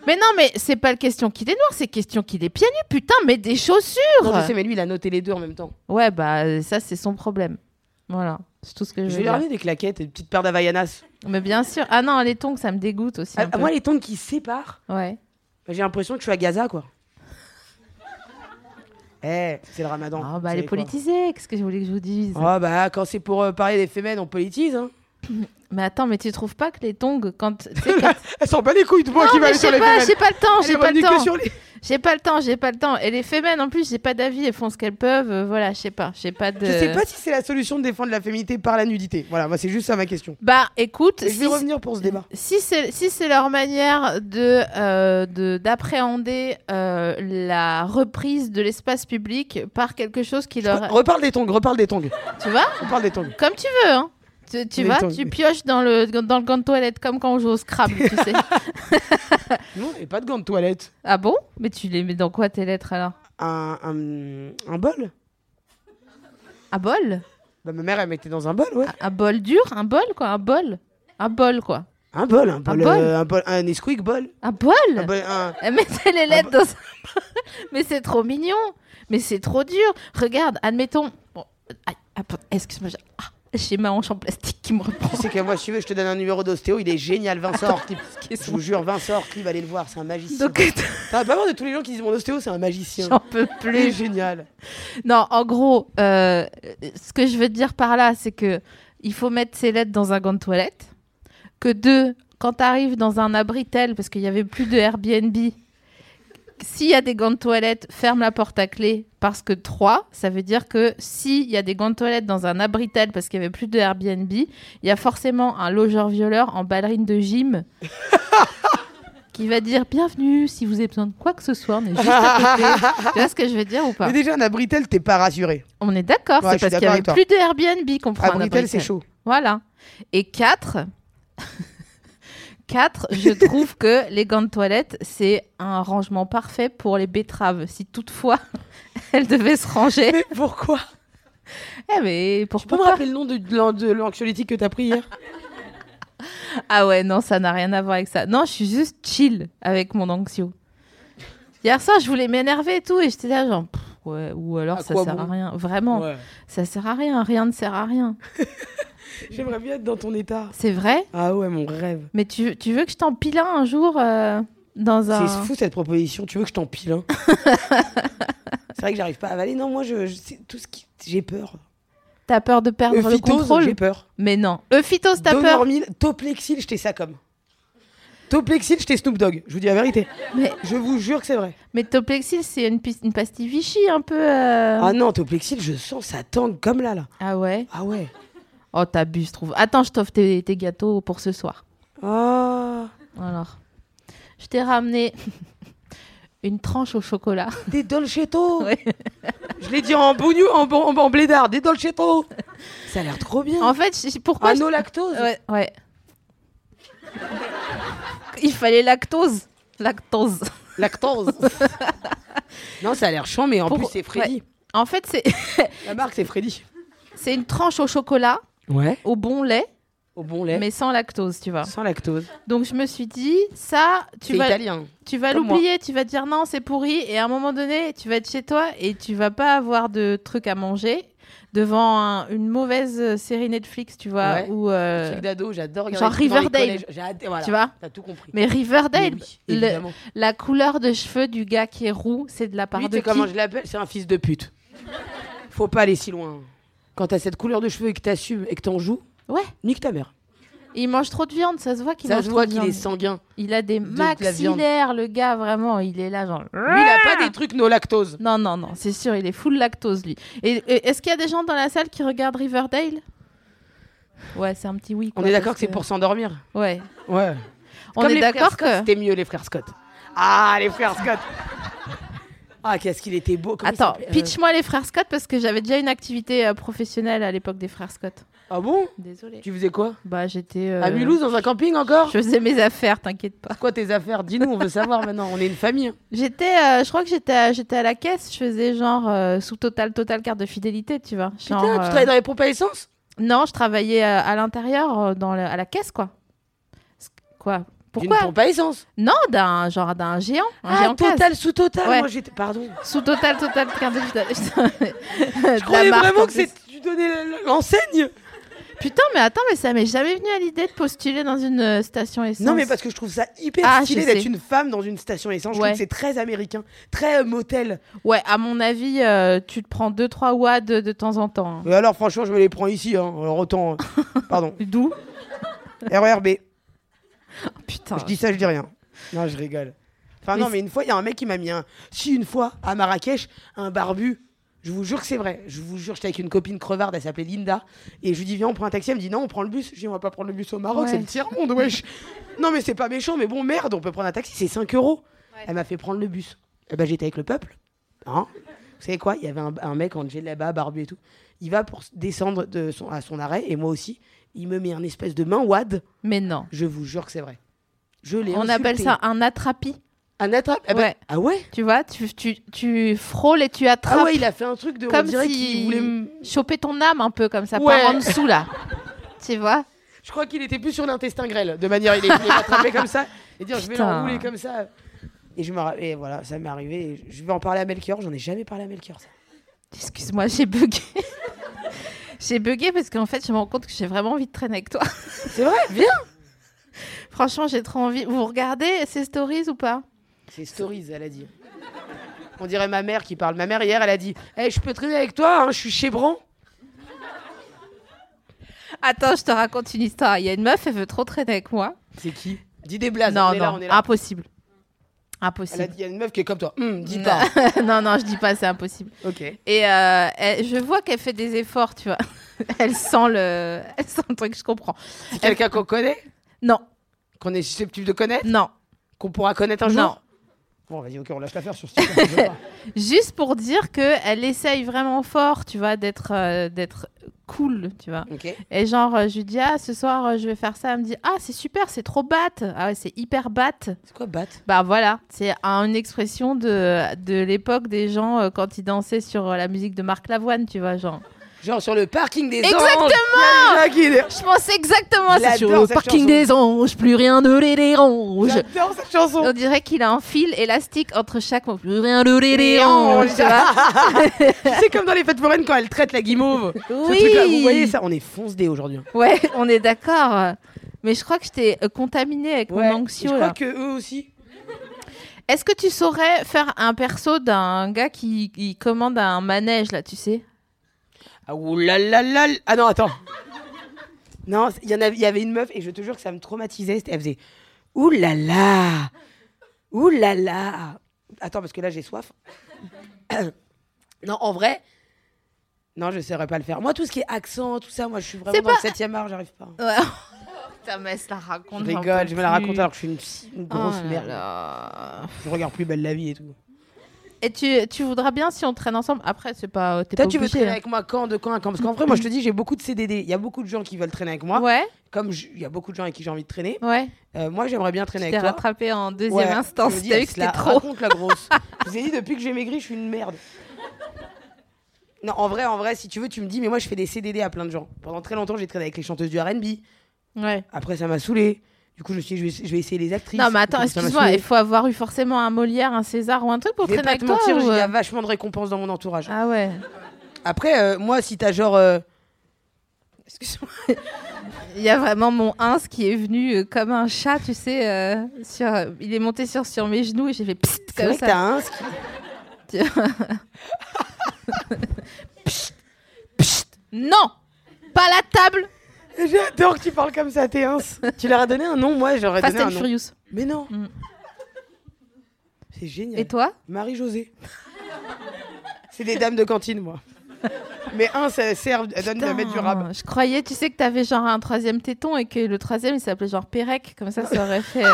[SPEAKER 2] Mais non, mais c'est pas le question qu'il est noir, c'est question qu'il est pieds nus. Putain, mais des chaussures.
[SPEAKER 3] Non, je sais, mais lui, il a noté les deux en même temps.
[SPEAKER 2] Ouais, bah ça, c'est son problème. Voilà, c'est tout ce que je
[SPEAKER 3] Je
[SPEAKER 2] veux
[SPEAKER 3] lui ai
[SPEAKER 2] dire.
[SPEAKER 3] ramené des claquettes et une petite paire d'Havaianas.
[SPEAKER 2] Mais bien sûr. Ah non, les tongs, ça me dégoûte aussi.
[SPEAKER 3] Ah,
[SPEAKER 2] un peu.
[SPEAKER 3] Moi, Oh, les tongs qui se séparent,
[SPEAKER 2] Ouais. bah,
[SPEAKER 3] j'ai l'impression que je suis à Gaza, quoi. Eh, c'est le ramadan.
[SPEAKER 2] Ah
[SPEAKER 3] vous
[SPEAKER 2] bah, elle
[SPEAKER 3] savez
[SPEAKER 2] est
[SPEAKER 3] quoi.
[SPEAKER 2] politisée. Qu'est-ce que je voulais que je vous dise
[SPEAKER 3] Ah bah, quand c'est pour euh, parler des femelles, on politise. Hein.
[SPEAKER 2] Mais attends, mais tu trouves pas que les tongs, quand. tu
[SPEAKER 3] <laughs>
[SPEAKER 2] sais, quand-
[SPEAKER 3] Elles sont pas les couilles de moi
[SPEAKER 2] non,
[SPEAKER 3] qui va
[SPEAKER 2] mais
[SPEAKER 3] aller
[SPEAKER 2] je
[SPEAKER 3] sur
[SPEAKER 2] sais
[SPEAKER 3] les
[SPEAKER 2] pas,
[SPEAKER 3] femelles.
[SPEAKER 2] j'ai pas le temps,
[SPEAKER 3] Elle est
[SPEAKER 2] j'ai pas le
[SPEAKER 3] revenue que
[SPEAKER 2] temps.
[SPEAKER 3] sur les-
[SPEAKER 2] J'ai pas le temps, j'ai pas le temps. Et les femmes, en plus, j'ai pas d'avis, elles font ce qu'elles peuvent. euh, voilà, je sais pas, j'ai pas de.
[SPEAKER 3] Je sais pas si c'est la solution de défendre la féminité par la nudité. Voilà, moi, c'est juste ça ma question.
[SPEAKER 2] Bah, écoute,
[SPEAKER 3] Et je
[SPEAKER 2] si,
[SPEAKER 3] vais revenir pour ce débat.
[SPEAKER 2] si c'est si c'est leur manière de euh, de- d'appréhender euh, la reprise de l'espace public par quelque chose qui leur,
[SPEAKER 3] Re- Reparle des tongs, reparle des tongs.
[SPEAKER 2] tu vois,
[SPEAKER 3] Reparle des tongs.
[SPEAKER 2] comme tu veux. Hein. Tu, tu
[SPEAKER 3] Les
[SPEAKER 2] vas,
[SPEAKER 3] tongs.
[SPEAKER 2] tu pioches dans le dans le gant de toilette comme quand on joue au Scrabble, tu
[SPEAKER 3] <laughs>
[SPEAKER 2] sais.
[SPEAKER 3] Non, et pas de gants de toilette.
[SPEAKER 2] Ah bon Mais tu les mets dans quoi tes lettres alors
[SPEAKER 3] Un, un, un bol
[SPEAKER 2] Un bol
[SPEAKER 3] Bah, ma mère, elle mettait dans un bol, ouais.
[SPEAKER 2] Un bol dur Un bol quoi Un bol Un bol quoi
[SPEAKER 3] Un bol, un bol,
[SPEAKER 2] bol
[SPEAKER 3] euh, un bol, un Nesquik bol.
[SPEAKER 2] Un bol
[SPEAKER 3] Un bol, un-
[SPEAKER 2] Elle mettait
[SPEAKER 3] Ah,
[SPEAKER 2] les lettres
[SPEAKER 3] bah.
[SPEAKER 2] dans un <laughs> bol. Mais c'est trop mignon. Mais c'est trop dur. Regarde, admettons. Bon, aïe, attends, ah, excuse-moi. j'ai- ah, J'ai ma hanche en plastique qui me reprend.
[SPEAKER 3] Tu sais que moi, si tu veux, je te donne un numéro d'ostéo, il est génial, Vincent <laughs> Ortlieb.
[SPEAKER 2] qu'est-ce
[SPEAKER 3] Je vous jure, Vincent Ortlieb, allez le voir, c'est un magicien.
[SPEAKER 2] Donc,
[SPEAKER 3] T'as pas marre de tous les gens qui disent mon ostéo, c'est un magicien.
[SPEAKER 2] <laughs> j'en peux
[SPEAKER 3] Il est
[SPEAKER 2] plus.
[SPEAKER 3] génial.
[SPEAKER 2] Non, en gros, euh, ce que je veux te dire par là, c'est que il faut mettre ses lettres dans un gant de toilette. Que deux, quand tu arrives dans un abritel, parce qu'il n'y avait plus de Airbnb, s'il y a des gants de toilette, ferme la porte à clé. Parce que trois, ça veut dire que s'il y a des gants de toilette dans un abritel, parce qu'il n'y avait plus de Airbnb, il y a forcément un logeur-violeur en ballerine de gym. Qui va dire bienvenue si vous avez besoin de quoi que ce soit, on est juste à côté. tu vois ce que je veux dire ou pas
[SPEAKER 3] Mais déjà, un abritel, t'es pas rassuré.
[SPEAKER 2] on est d'accord,
[SPEAKER 3] Ouais, je
[SPEAKER 2] c'est parce
[SPEAKER 3] suis
[SPEAKER 2] qu'il n'y avait
[SPEAKER 3] d'accord avec toi.
[SPEAKER 2] plus de Airbnb qu'on prend un
[SPEAKER 3] Abritel, c'est
[SPEAKER 2] abritel.
[SPEAKER 3] chaud.
[SPEAKER 2] Voilà. Et 4, 4 je
[SPEAKER 3] <laughs>
[SPEAKER 2] trouve que les gants de toilette, c'est un rangement parfait pour les betteraves. Si toutefois, <laughs> elles devaient se ranger.
[SPEAKER 3] Mais pourquoi
[SPEAKER 2] Eh mais
[SPEAKER 3] Tu peux
[SPEAKER 2] pourquoi
[SPEAKER 3] me
[SPEAKER 2] pas
[SPEAKER 3] rappeler le nom de, de l'an- de l'anxiolytique que t'as pris hier
[SPEAKER 2] Ah ouais, non, ça n'a rien à voir avec ça. Non, je suis juste chill avec mon anxio. Hier soir, je voulais m'énerver et tout, et j'étais là genre... pff, ouais, ou alors
[SPEAKER 3] À
[SPEAKER 2] ça
[SPEAKER 3] quoi
[SPEAKER 2] sert à
[SPEAKER 3] bon
[SPEAKER 2] rien. Vraiment, ça sert à rien. Rien ne sert à rien.
[SPEAKER 3] J'aimerais bien être dans ton état.
[SPEAKER 2] C'est vrai
[SPEAKER 3] Ah ouais, mon rêve.
[SPEAKER 2] Mais tu, tu veux que je t'en pile un un jour euh, dans un.
[SPEAKER 3] C'est fou cette proposition. Tu veux que je t'empile hein C'est vrai que j'arrive pas à avaler. Non, moi, je, je sais tout ce qui. J'ai peur.
[SPEAKER 2] T'as peur de perdre le
[SPEAKER 3] Euphytose, j'ai
[SPEAKER 2] contrôle
[SPEAKER 3] peur.
[SPEAKER 2] Mais non. Euphytos, t'as peur
[SPEAKER 3] Donormil, Toplexil, j'étais ça comme. Toplexil, j'étais Snoop Dogg. Je vous dis la vérité.
[SPEAKER 2] Mais,
[SPEAKER 3] Je vous jure que c'est vrai.
[SPEAKER 2] mais Toplexil, c'est une, pis- une pastille Vichy un peu. euh.
[SPEAKER 3] Ah non, Toplexil, je sens ça tangue comme là, là.
[SPEAKER 2] Ah ouais
[SPEAKER 3] Ah ouais.
[SPEAKER 2] Oh, t'abuses, je trouve. Attends, je t'offre tes, tes gâteaux pour ce soir.
[SPEAKER 3] Ah.
[SPEAKER 2] Alors. Je t'ai ramené <laughs> une tranche au chocolat. <laughs>
[SPEAKER 3] Des Dolcetto.
[SPEAKER 2] Ouais.
[SPEAKER 3] Je l'ai dit en bougnou, en, bon- en, blédard. Des Dolcetto. Ça a l'air trop bien.
[SPEAKER 2] En fait, je- je- pourquoi.
[SPEAKER 3] Ah
[SPEAKER 2] je-
[SPEAKER 3] no lactose.
[SPEAKER 2] Ouais, ouais. Il fallait lactose. Lactose. <laughs>
[SPEAKER 3] Lactose. non, ça a l'air chiant, mais en
[SPEAKER 2] Pour-
[SPEAKER 3] plus, c'est Freddy.
[SPEAKER 2] En fait, c'est <laughs>
[SPEAKER 3] La marque, c'est Freddy.
[SPEAKER 2] c'est une tranche au chocolat,
[SPEAKER 3] Ouais.
[SPEAKER 2] au bon lait.
[SPEAKER 3] Au bon lait.
[SPEAKER 2] mais sans lactose, tu vois.
[SPEAKER 3] Sans lactose.
[SPEAKER 2] Donc je me suis dit, ça,
[SPEAKER 3] C'est
[SPEAKER 2] tu vas,
[SPEAKER 3] italien.
[SPEAKER 2] tu vas
[SPEAKER 3] comme
[SPEAKER 2] l'oublier, tu vas dire non, c'est pourri, et à un moment donné, tu vas être chez toi et tu vas pas avoir de truc à manger devant un- une mauvaise euh, série Netflix, tu vois,
[SPEAKER 3] Ouais.
[SPEAKER 2] ou euh,
[SPEAKER 3] Truc d'ado, j'adore regarder.
[SPEAKER 2] genre
[SPEAKER 3] les trucs dans les
[SPEAKER 2] Riverdale.
[SPEAKER 3] collèges. J'ai adoré- voilà.
[SPEAKER 2] tu vois.
[SPEAKER 3] T'as tout compris.
[SPEAKER 2] Mais Riverdale,
[SPEAKER 3] Mais oui,
[SPEAKER 2] le-
[SPEAKER 3] évidemment.
[SPEAKER 2] la couleur de cheveux du gars qui est roux, c'est de la part
[SPEAKER 3] Lui, tu
[SPEAKER 2] de
[SPEAKER 3] sais comment
[SPEAKER 2] qui
[SPEAKER 3] je l'appelle C'est un fils de pute. Faut pas aller si loin. Quand t'as cette couleur de cheveux et que t'assumes et que t'en joues,
[SPEAKER 2] Ouais,
[SPEAKER 3] nique ta mère.
[SPEAKER 2] il mange trop de viande, ça se voit qu'il
[SPEAKER 3] Ça
[SPEAKER 2] mange
[SPEAKER 3] se
[SPEAKER 2] trop
[SPEAKER 3] voit
[SPEAKER 2] de
[SPEAKER 3] qu'il
[SPEAKER 2] viande.
[SPEAKER 3] est sanguin.
[SPEAKER 2] Il a des
[SPEAKER 3] de la viande.
[SPEAKER 2] maxillaires, le gars, vraiment, il est là genre...
[SPEAKER 3] Lui, il a pas des trucs no lactose.
[SPEAKER 2] Non, non, non, c'est sûr, il est full lactose, lui. Et, et est-ce qu'il y a des gens dans la salle qui regardent Riverdale Ouais, c'est un petit oui.
[SPEAKER 3] On
[SPEAKER 2] quoi,
[SPEAKER 3] est d'accord
[SPEAKER 2] parce
[SPEAKER 3] que c'est pour s'endormir.
[SPEAKER 2] Ouais.
[SPEAKER 3] Ouais.
[SPEAKER 2] On
[SPEAKER 3] Comme
[SPEAKER 2] est
[SPEAKER 3] les frères
[SPEAKER 2] d'accord
[SPEAKER 3] Scott,
[SPEAKER 2] que.
[SPEAKER 3] C'était mieux, les frères Scott. Ah, les frères Scott. Ah, qu'est-ce qu'il était beau. Comment il
[SPEAKER 2] Attends,
[SPEAKER 3] s'appelait Euh,
[SPEAKER 2] pitch-moi les frères Scott parce que j'avais déjà une activité euh, professionnelle à l'époque des frères Scott.
[SPEAKER 3] Ah bon
[SPEAKER 2] Désolée.
[SPEAKER 3] Tu faisais quoi
[SPEAKER 2] Bah, j'étais. euh,
[SPEAKER 3] À Mulhouse, dans un camping encore
[SPEAKER 2] Je faisais mes affaires, t'inquiète pas.
[SPEAKER 3] Quoi tes affaires Dis-nous, on veut <laughs> savoir maintenant. On est une famille.
[SPEAKER 2] J'étais, euh, je crois que j'étais, à- j'étais à la caisse. Je faisais genre euh, sous total, total carte de fidélité, tu vois.
[SPEAKER 3] Putain,
[SPEAKER 2] Genre,
[SPEAKER 3] tu
[SPEAKER 2] euh,
[SPEAKER 3] travailles dans les pompes à essence
[SPEAKER 2] Non, je travaillais euh, à l'intérieur, euh, dans le- à la caisse, quoi. Quoi Pourquoi
[SPEAKER 3] Une pompe à essence.
[SPEAKER 2] Non, d'un genre d'un géant. Un
[SPEAKER 3] Ah,
[SPEAKER 2] géant casse.
[SPEAKER 3] total, sous total.
[SPEAKER 2] Ouais.
[SPEAKER 3] Moi, j'étais. Pardon.
[SPEAKER 2] Sous total, total. Regardez, putain, <laughs> putain, de
[SPEAKER 3] Je croyais
[SPEAKER 2] la marque,
[SPEAKER 3] vraiment
[SPEAKER 2] en
[SPEAKER 3] que
[SPEAKER 2] plus.
[SPEAKER 3] c'est- tu donnais l'enseigne.
[SPEAKER 2] Putain, mais attends, mais ça m'est jamais venu à l'idée de postuler dans une euh, station essence.
[SPEAKER 3] Non, mais parce que je trouve ça hyper
[SPEAKER 2] Ah,
[SPEAKER 3] stylé
[SPEAKER 2] je
[SPEAKER 3] d'être
[SPEAKER 2] sais.
[SPEAKER 3] une femme dans une station essence. Je
[SPEAKER 2] Ouais.
[SPEAKER 3] trouve que c'est très américain, très euh, motel.
[SPEAKER 2] Ouais, à mon avis, euh, tu te prends deux trois wads de, de temps en temps. hein.
[SPEAKER 3] Mais Euh, alors, franchement, je me les prends ici. Hein. Alors, autant. euh, Pardon. E
[SPEAKER 2] D'où
[SPEAKER 3] RERB.
[SPEAKER 2] Putain.
[SPEAKER 3] Je dis ça, je dis rien. Non, je rigole. Enfin,
[SPEAKER 2] Mais
[SPEAKER 3] non,
[SPEAKER 2] c'est-
[SPEAKER 3] mais une fois, il y a un mec qui m'a mis un. Si, une fois, à Marrakech, un barbu. Je vous jure que c'est vrai. Je vous jure, j'étais avec une copine crevarde, elle s'appelait Linda. Et je lui dis, viens, on prend un taxi. Elle me dit, non, on prend le bus. Je dis, on va pas prendre le bus au Maroc,
[SPEAKER 2] Ouais.
[SPEAKER 3] c'est le tiers-monde, wesh. non, mais c'est pas méchant, mais bon, merde, on peut prendre un taxi, c'est 5 euros. Elle m'a fait prendre le bus. Eh ben, j'étais avec le peuple. Hein vous savez quoi Il y avait un, un mec en gel là-bas, barbu et tout. Il va pour s- descendre de son, à son arrêt, et moi aussi. Il me met un espèce de main wad.
[SPEAKER 2] Mais non.
[SPEAKER 3] Je vous jure que c'est vrai. Je l'ai
[SPEAKER 2] On
[SPEAKER 3] insulté.
[SPEAKER 2] appelle ça un attrapi.
[SPEAKER 3] un attrape. Ah, bah-
[SPEAKER 2] Ouais.
[SPEAKER 3] ah ouais
[SPEAKER 2] Tu vois, tu, tu, tu frôles et tu attrapes.
[SPEAKER 3] Ah ouais, il a fait un truc de. on
[SPEAKER 2] comme
[SPEAKER 3] dirait
[SPEAKER 2] si
[SPEAKER 3] qu'il voulait. m-
[SPEAKER 2] choper ton âme un peu comme ça
[SPEAKER 3] Ouais.
[SPEAKER 2] par en dessous
[SPEAKER 3] <laughs>
[SPEAKER 2] là. tu vois
[SPEAKER 3] Je crois qu'il était plus sur l'intestin grêle, de manière. Il est- il est attrapé comme ça et dire je vais
[SPEAKER 2] Putain.
[SPEAKER 3] l'enrouler comme ça. Et je me ra- et voilà, ça m'est arrivé. et je vais en parler à Melchior. J'en ai jamais parlé à Melchior. ça.
[SPEAKER 2] Excuse-moi, j'ai bugué. <laughs> J'ai bugué parce qu'en fait, je me rends compte que j'ai vraiment envie de traîner avec toi. <laughs>
[SPEAKER 3] C'est vrai, viens.
[SPEAKER 2] Franchement, j'ai trop envie. Vous regardez ces stories ou pas
[SPEAKER 3] C'est stories, elle a dit. On dirait ma mère qui parle. Ma mère hier, elle a dit Eh, je peux traîner avec toi, hein, je suis chez Bran.
[SPEAKER 2] Attends, je te raconte une histoire. Il y a une meuf, elle veut trop traîner avec moi.
[SPEAKER 3] C'est qui Dis des blagues.
[SPEAKER 2] non,
[SPEAKER 3] Ah, on est
[SPEAKER 2] non,
[SPEAKER 3] là, on est là.
[SPEAKER 2] impossible.
[SPEAKER 3] Elle a
[SPEAKER 2] Impossible.
[SPEAKER 3] dit Il y a une meuf qui est comme toi. Hum, dis
[SPEAKER 2] Non. <laughs>
[SPEAKER 3] pas.
[SPEAKER 2] non, non, je dis pas, c'est impossible.
[SPEAKER 3] Ok.
[SPEAKER 2] Et euh, elle- je vois qu'elle fait des efforts, tu vois. <laughs> Elle sent le, elle sent le truc, je comprends.
[SPEAKER 3] C'est quelqu'un qu'on connaît
[SPEAKER 2] Non,
[SPEAKER 3] Qu'on est susceptible de connaître
[SPEAKER 2] non,
[SPEAKER 3] Qu'on pourra connaître un jour
[SPEAKER 2] non.
[SPEAKER 3] Bon, vas-y, ok, on lâche l'affaire sur ce sujet, on veut pas.
[SPEAKER 2] Juste pour dire que elle essaye vraiment fort, tu vois, d'être, euh, d'être cool, tu vois.
[SPEAKER 3] <laughs> Ok.
[SPEAKER 2] Et genre, euh, je lui dis ah ce soir euh, je vais faire ça. Elle me dit ah c'est super, c'est trop batte. Ah ouais, c'est hyper batte.
[SPEAKER 3] C'est quoi, batte
[SPEAKER 2] Bah voilà, c'est un- une expression de, de l'époque des gens euh, quand ils dansaient sur euh, la musique de Marc Lavoine, tu vois, genre.
[SPEAKER 3] Genre sur le parking des
[SPEAKER 2] Exactement
[SPEAKER 3] anges. Exactement
[SPEAKER 2] Je pensais exactement à
[SPEAKER 3] J'adore
[SPEAKER 2] ça. Sur le
[SPEAKER 3] cette
[SPEAKER 2] parking
[SPEAKER 3] chanson.
[SPEAKER 2] des anges, plus rien ne les dérange.
[SPEAKER 3] J'adore cette chanson
[SPEAKER 2] On dirait qu'il a un fil élastique entre chaque mot. Plus rien ne les
[SPEAKER 3] Les
[SPEAKER 2] dérange,
[SPEAKER 3] anges.
[SPEAKER 2] tu vois.
[SPEAKER 3] <laughs> C'est comme dans les fêtes foraines quand elle traite la guimauve.
[SPEAKER 2] Oui.
[SPEAKER 3] Ce truc-là, vous voyez ça On est fonce dé aujourd'hui. hein.
[SPEAKER 2] Ouais, on est d'accord. Mais je crois que je t'ai euh, contaminé avec mon
[SPEAKER 3] Je
[SPEAKER 2] anxio.
[SPEAKER 3] crois
[SPEAKER 2] là.
[SPEAKER 3] que eux aussi.
[SPEAKER 2] Est-ce que tu saurais faire un perso d'un gars qui, qui commande un manège, là, tu sais
[SPEAKER 3] Ah oulalala. Ah non, attends. Non, il y en avait, il y avait une meuf et je te jure que ça me traumatisait. c'était- Elle faisait oulala, oulala. Attends parce que là j'ai soif. <coughs> non, en vrai. Non, je saurais pas le faire. Moi, tout ce qui est accent, tout ça, moi, je suis vraiment
[SPEAKER 2] C'est
[SPEAKER 3] dans le 7 art, j'arrive pas.
[SPEAKER 2] Ouais. <laughs> Putain, mais elle se la raconte.
[SPEAKER 3] Je
[SPEAKER 2] j'en
[SPEAKER 3] rigole,
[SPEAKER 2] peux
[SPEAKER 3] je me la
[SPEAKER 2] plus.
[SPEAKER 3] raconte alors que je suis une, psy- une
[SPEAKER 2] Oh
[SPEAKER 3] grosse
[SPEAKER 2] là
[SPEAKER 3] merde.
[SPEAKER 2] là.
[SPEAKER 3] Je regarde plus Belle la vie et tout.
[SPEAKER 2] Et tu, tu voudras bien si on traîne ensemble. Après, c'est pas. T'es
[SPEAKER 3] Toi,
[SPEAKER 2] pas
[SPEAKER 3] tu veux
[SPEAKER 2] obligé,
[SPEAKER 3] traîner
[SPEAKER 2] hein.
[SPEAKER 3] avec moi quand, de quand, à quand Parce qu'en vrai, moi, je te dis, j'ai beaucoup de CDD. Il y a beaucoup de gens qui veulent traîner avec moi.
[SPEAKER 2] Ouais,
[SPEAKER 3] Comme je- il y a beaucoup de gens avec qui j'ai envie de traîner,
[SPEAKER 2] ouais.
[SPEAKER 3] euh, moi, j'aimerais bien
[SPEAKER 2] Tu
[SPEAKER 3] traîner
[SPEAKER 2] t'es
[SPEAKER 3] avec toi.
[SPEAKER 2] rattrapé en deuxième
[SPEAKER 3] Ouais, je
[SPEAKER 2] instance.
[SPEAKER 3] me dis,
[SPEAKER 2] T'as
[SPEAKER 3] elle
[SPEAKER 2] vu que
[SPEAKER 3] se la
[SPEAKER 2] c'était trop.
[SPEAKER 3] raconte,
[SPEAKER 2] <laughs>
[SPEAKER 3] la grosse. je vous ai dit, depuis que j'ai maigri, je suis une merde. Non, en vrai, en vrai, si tu veux, tu me dis, mais moi, je fais des CDD à plein de gens. Pendant très longtemps, j'ai traîné avec les chanteuses du RB.
[SPEAKER 2] Ouais.
[SPEAKER 3] Après, ça m'a saoulé. Du coup, je me suis dit, je vais, je vais essayer les actrices.
[SPEAKER 2] Non, mais attends,
[SPEAKER 3] Du coup, ça m'a
[SPEAKER 2] excuse-moi.
[SPEAKER 3] saoulé.
[SPEAKER 2] Il faut avoir eu forcément un Molière, un César ou un truc pour
[SPEAKER 3] Je vais
[SPEAKER 2] traîner
[SPEAKER 3] pas
[SPEAKER 2] avec
[SPEAKER 3] te
[SPEAKER 2] toi.
[SPEAKER 3] mentir,
[SPEAKER 2] ou,
[SPEAKER 3] il y
[SPEAKER 2] euh,
[SPEAKER 3] a vachement de récompenses dans mon entourage.
[SPEAKER 2] Ah ouais.
[SPEAKER 3] Après, euh, moi, si t'as genre. euh,
[SPEAKER 2] Excuse-moi. <laughs> Il y a vraiment mon Hans qui est venu euh, comme un chat, tu sais. euh, sur... Il est monté sur, sur mes genoux et j'ai fait pssst
[SPEAKER 3] C'est
[SPEAKER 2] comme
[SPEAKER 3] vrai que
[SPEAKER 2] ça.
[SPEAKER 3] t'as un. ski- <laughs>
[SPEAKER 2] Pssst Non Pas la table
[SPEAKER 3] J'adore que tu parles comme ça, t'es ins. tu leur as donné un nom, moi j'aurais
[SPEAKER 2] Fast
[SPEAKER 3] donné un
[SPEAKER 2] and
[SPEAKER 3] nom.
[SPEAKER 2] Furious.
[SPEAKER 3] Mais non.
[SPEAKER 2] Mm.
[SPEAKER 3] C'est génial.
[SPEAKER 2] Et toi
[SPEAKER 3] Marie-Josée. C'est des dames de cantine, moi. Mais un, ça sert, elle donne de mettre du rab.
[SPEAKER 2] Putain, Je croyais, tu sais, que t'avais genre un troisième téton et que le troisième il s'appelait genre Pérec. Comme ça, ça aurait fait.
[SPEAKER 3] <laughs>
[SPEAKER 2] euh,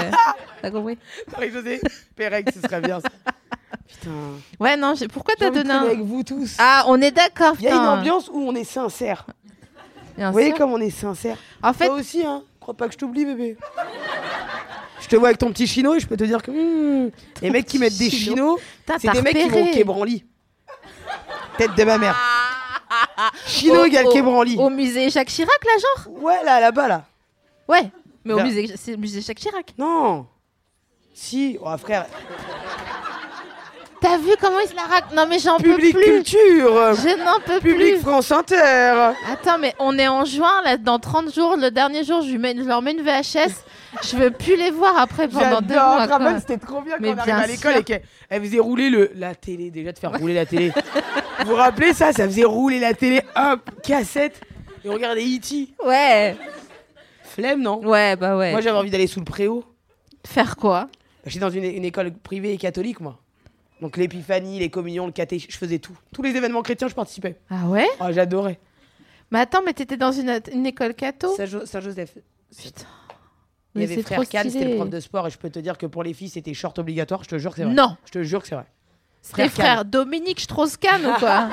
[SPEAKER 2] T'as compris
[SPEAKER 3] Marie-Josée, Pérec, ce serait bien. ça. Putain.
[SPEAKER 2] Ouais, non, j'ai- pourquoi
[SPEAKER 3] J'ai
[SPEAKER 2] t'as
[SPEAKER 3] envie de
[SPEAKER 2] donné
[SPEAKER 3] traîner
[SPEAKER 2] un.
[SPEAKER 3] avec vous tous.
[SPEAKER 2] Ah, on est d'accord,
[SPEAKER 3] Il y a une
[SPEAKER 2] putain.
[SPEAKER 3] ambiance où on est sincère.
[SPEAKER 2] Bien
[SPEAKER 3] Vous voyez
[SPEAKER 2] sûr.
[SPEAKER 3] comme on est sincère.
[SPEAKER 2] En fait,
[SPEAKER 3] Toi aussi, hein. Crois pas que je t'oublie, bébé. Je te vois avec ton petit chino et je peux te dire que hmm, les mecs qui
[SPEAKER 2] petit
[SPEAKER 3] mettent des
[SPEAKER 2] chino.
[SPEAKER 3] chinos,
[SPEAKER 2] Putain,
[SPEAKER 3] c'est
[SPEAKER 2] t'as
[SPEAKER 3] des mecs qui vont au
[SPEAKER 2] repéré.
[SPEAKER 3] Québranly. Tête de ma mère. Chino
[SPEAKER 2] Ah. au-
[SPEAKER 3] égale
[SPEAKER 2] au-
[SPEAKER 3] Québranly.
[SPEAKER 2] Au musée Jacques Chirac, là, genre
[SPEAKER 3] Ouais, là, là-bas, là.
[SPEAKER 2] Ouais. Mais au
[SPEAKER 3] Là.
[SPEAKER 2] musée, c'est le musée Jacques Chirac.
[SPEAKER 3] Non. Si, oh frère.
[SPEAKER 2] T'as vu comment il se la raconte Non, mais j'en peux plus.
[SPEAKER 3] Public culture.
[SPEAKER 2] Je n'en peux
[SPEAKER 3] Public
[SPEAKER 2] plus.
[SPEAKER 3] France Inter.
[SPEAKER 2] Attends, mais on est en juin, là, dans 30 jours, le dernier jour, je, lui mets, je leur mets une VHS. je veux plus les voir après pendant deux
[SPEAKER 3] J'adore.
[SPEAKER 2] mois. quoi.
[SPEAKER 3] Raman, c'était trop bien
[SPEAKER 2] Mais
[SPEAKER 3] quand on
[SPEAKER 2] bien
[SPEAKER 3] arrivait à l'école
[SPEAKER 2] sûr.
[SPEAKER 3] et qu'elle elle faisait rouler le, la télé. Déjà, de faire rouler
[SPEAKER 2] <laughs>
[SPEAKER 3] la télé. vous vous rappelez ça Ça faisait rouler la télé. Hop, cassette. Et on regardait E.T.
[SPEAKER 2] Ouais.
[SPEAKER 3] Flemme, non
[SPEAKER 2] Ouais, bah ouais.
[SPEAKER 3] Moi, j'avais envie d'aller sous le préau.
[SPEAKER 2] Faire quoi
[SPEAKER 3] J'étais dans une, une école privée et catholique, moi. Donc l'épiphanie, les communions, le catéchisme, je faisais tout. Tous les événements chrétiens, je participais.
[SPEAKER 2] Ah ouais
[SPEAKER 3] Ah, j'adorais.
[SPEAKER 2] Mais attends, mais t'étais dans une, une école catho
[SPEAKER 3] Saint-Jo- Saint-Joseph.
[SPEAKER 2] Putain.
[SPEAKER 3] Il y
[SPEAKER 2] Mais
[SPEAKER 3] avait
[SPEAKER 2] c'est
[SPEAKER 3] frère
[SPEAKER 2] trop
[SPEAKER 3] Kahn, c'était
[SPEAKER 2] stylé.
[SPEAKER 3] le prof de sport, et je peux te dire que pour les filles, c'était short obligatoire, je te jure que c'est vrai.
[SPEAKER 2] Non.
[SPEAKER 3] Je te jure que c'est vrai.
[SPEAKER 2] <laughs> C'était
[SPEAKER 3] Frère Kahn.
[SPEAKER 2] frère Dominique Strauss-Kahn ou
[SPEAKER 3] <laughs>
[SPEAKER 2] quoi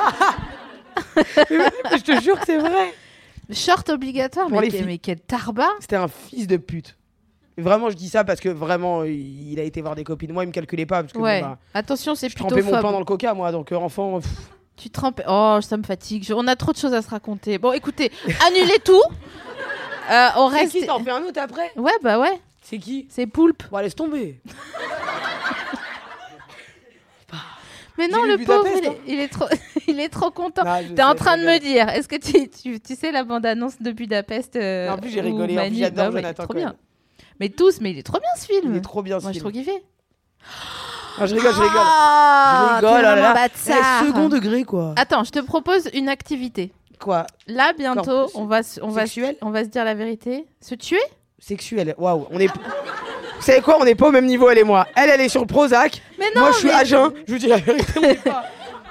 [SPEAKER 3] je te jure que c'est vrai.
[SPEAKER 2] Short obligatoire,
[SPEAKER 3] Pour
[SPEAKER 2] mais,
[SPEAKER 3] les
[SPEAKER 2] que-
[SPEAKER 3] filles.
[SPEAKER 2] mais quel tarba
[SPEAKER 3] C'était un fils de pute. Vraiment, je dis ça parce que vraiment, il il a été voir des copines. Moi, il me calculait pas parce que bon,
[SPEAKER 2] Ouais.
[SPEAKER 3] bah,
[SPEAKER 2] Attention, c'est
[SPEAKER 3] je trempais
[SPEAKER 2] plutôt
[SPEAKER 3] mon pain
[SPEAKER 2] fort.
[SPEAKER 3] dans le coca, moi. Donc, euh, enfant, pff,
[SPEAKER 2] Tu trempes. Oh, ça me fatigue. Je- On a trop de choses à se raconter. Bon, écoutez, annulez
[SPEAKER 3] <laughs>
[SPEAKER 2] tout. Euh, on
[SPEAKER 3] c'est
[SPEAKER 2] reste.
[SPEAKER 3] qui T'en fais un autre après
[SPEAKER 2] Ouais, bah ouais.
[SPEAKER 3] C'est qui
[SPEAKER 2] C'est poulpe.
[SPEAKER 3] Bon, laisse tomber.
[SPEAKER 2] Mais non,
[SPEAKER 3] vu
[SPEAKER 2] le pauvre,
[SPEAKER 3] Budapest,
[SPEAKER 2] il est, il
[SPEAKER 3] hein.
[SPEAKER 2] est trop, <laughs> il est trop content.
[SPEAKER 3] Non, Bah, je
[SPEAKER 2] T'es en
[SPEAKER 3] sais,
[SPEAKER 2] train de
[SPEAKER 3] je
[SPEAKER 2] me
[SPEAKER 3] rigole.
[SPEAKER 2] dire, est-ce que tu, tu, tu sais la bande-annonce de Budapest euh,
[SPEAKER 3] En plus, j'ai
[SPEAKER 2] où
[SPEAKER 3] rigolé. En plus,
[SPEAKER 2] Manu-
[SPEAKER 3] j'adore
[SPEAKER 2] bah ouais,
[SPEAKER 3] Jonathan
[SPEAKER 2] trop
[SPEAKER 3] Cohen.
[SPEAKER 2] bien. Mais tous, mais il est trop bien ce film.
[SPEAKER 3] Il est trop bien ce
[SPEAKER 2] Moi, je
[SPEAKER 3] film.
[SPEAKER 2] trouve kiffé.
[SPEAKER 3] Non, je rigole, je rigole.
[SPEAKER 2] Ah,
[SPEAKER 3] je rigole.
[SPEAKER 2] t'es
[SPEAKER 3] oh là
[SPEAKER 2] vraiment
[SPEAKER 3] là.
[SPEAKER 2] bâtard.
[SPEAKER 3] Eh, second degré, quoi.
[SPEAKER 2] Attends, je te propose une activité.
[SPEAKER 3] Quoi
[SPEAKER 2] Là, bientôt,
[SPEAKER 3] Encore plus
[SPEAKER 2] on va, se- on, va, se-
[SPEAKER 3] sexuel
[SPEAKER 2] on va se dire la vérité. Se tuer
[SPEAKER 3] Sexuel. Waouh. On est. Vous savez quoi On n'est pas au même niveau, elle et moi. Elle, elle est sur le Prozac.
[SPEAKER 2] Mais non,
[SPEAKER 3] moi, je suis
[SPEAKER 2] mais,
[SPEAKER 3] à jeun. Je vous dis la vérité.